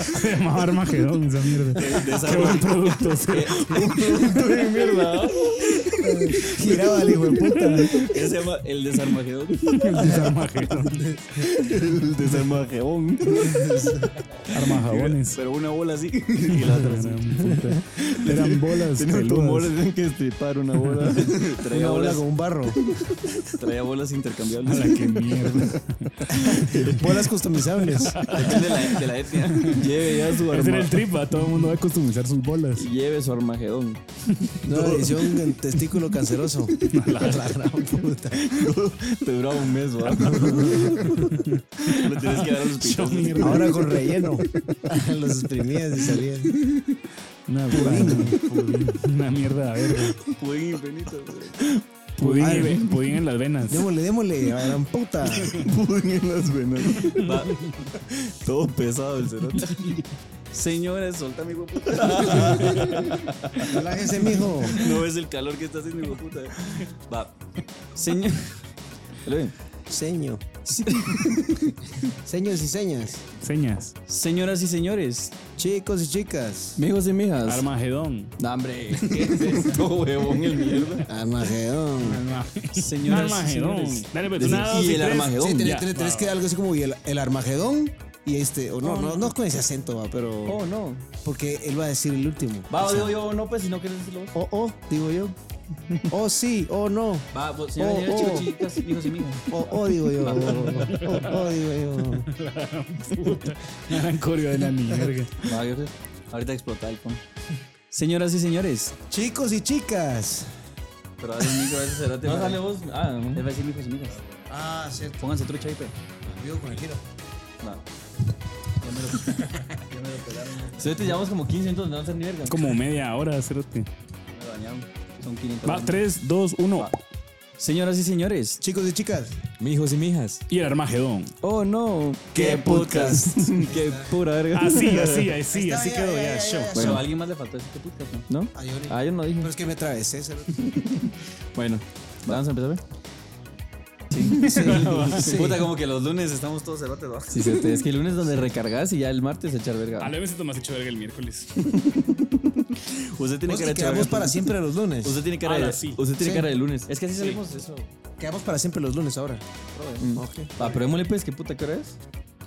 Se llamaba Armagedón esa mierda. Qué buen producto. sí.
Eh,
Giraba el hijo de puta.
Ese se llama el desarmagedón.
Es Armagedón.
El desarmagedón.
Armajabones.
Pero una bola así y la otra así.
Eran bolas.
Tenía
peludas.
tumores, tienen que estripar una bola. Traía,
Una bola
bolas,
con un barro.
traía bolas
A
intercambiables.
la que mierda.
Bolas customizables.
Depende de la, de la etnia. Lleve ya su
Ese era el
armagedón.
trip, ¿va? todo el mundo va a customizar sus bolas.
Lleve su armagedón.
No, edición en testículo canceroso. La gran puta.
Te duraba un mes, ¿verdad? Lo tienes que dar al hospital.
Ahora con relleno. Los exprimías y salían.
Una mierda. Una mierda verde.
Pudín infinito.
Pudín, y
Ay.
ve- pudín en las venas.
Démosle, démosle, la gran puta.
Pudín en las venas. Va. Todo pesado el cerote. Señores, soltame, hijo de puta.
Relájese, mijo.
No ves el calor que está haciendo, hijo de puta. Va. Señor.
Seño. Seños y señas.
Señas.
Señoras y señores,
Chicos y chicas.
amigos y mijas.
Armagedón.
No, hombre, ¿qué es esto, huevón, el mierda?
Armagedón.
Señoras y
Armagedón.
señores.
Dale, pues,
Desde-
una, dos
y el
tres.
Armagedón.
Sí, tenés,
Ya.
tenés- tenés que dar algo así como y el, el Armagedón. Y este, o no, no, no con ese acento, va, pero.
Oh, no.
Porque él va a decir el último.
Va,
O sea,
digo yo, no, pues, si no quieres decirlo.
Oh, oh, digo yo. Oh, sí, oh, no.
Va, vos,
Oh,
señores,
oh.
chicos, chicas, hijos y mijas.
Oh, oh, digo yo. Oh, oh, digo yo.
Una gran coreo de la mierda.
Va, yo sé. Ahorita explota el phone. Señoras y señores.
Chicos y chicas.
Pero dale un micro a ese cerote.
No
para-
sale vos. Ah,
Les
no.
va a decir hijos y mijas.
Ah, cierto.
Pónganse trucha ahí, pe.
Vivo con el giro.
Si hoy te llevamos como 15 minutos, no vas a hacer ni verga.
Como media hora, cerote.
Me dañaron. Son 500.
Va, 3, 2, 1.
Señoras y señores.
Chicos y chicas.
Mijos y mijas.
Y el Armagedón.
Oh, no.
Qué podcast.
Qué pura verga.
Así, Ah, así, así,
Está,
así
ya,
quedó
ya,
ya.
ya,
show.
ya,
Pero a alguien más le faltó ese podcast, ¿no?
¿No?
Ay, Oli.
Ah, yo no dije.
Pero es que me atravesé. cerote.
Bueno, vamos a empezar.
Sí.
Puta, como que los lunes estamos todos cerotes, ¿no?
Sí, sí, es que el lunes donde recargas y ya el martes echar
A
verga.
la vez se tomás hecho verga el miércoles.
Usted tiene
Vos
cara
que
de echar
quedamos
verga.
para siempre los lunes.
Usted tiene cara
Ahora
de.
sí.
Usted tiene
Sí.
cara de lunes.
Es que así salimos de eso.
Quedamos para siempre los lunes ahora. Mm.
Mm. Va, pero démosle pues, ¿qué puta qué hora es?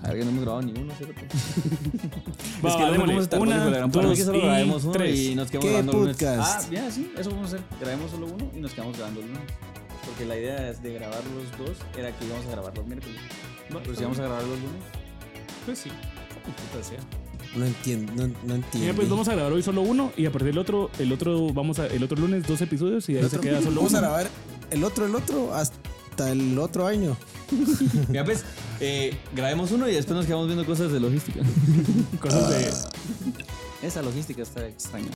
A ver, que no hemos grabado ni uno, ¿cierto?
Va,
es que no
va, démosle.
cómo se tardó ni
Una,
para grabar. Para mí
dos
que solo grabemos
y
uno y
tres.
nos quedamos
¿Qué
grabando el lunes.
Ah,
podcast?
mira, sí, eso vamos a hacer. Grabemos solo uno y nos quedamos grabando el lunes. Porque la idea es de grabar los dos era que íbamos a grabar los miércoles. Pero si vamos a grabar los lunes,
Pues sí. Como puta sea.
No entiendo, no, no entiendo.
Mira, pues vamos a grabar hoy solo uno y a partir del otro, el otro, vamos a, el otro lunes dos episodios y ahí se queda solo
Vamos a
uno.
grabar el otro, el otro, hasta el otro año.
Mira, pues, eh, grabemos uno y después nos quedamos viendo cosas de logística.
Cosas de.
esa logística está extraña.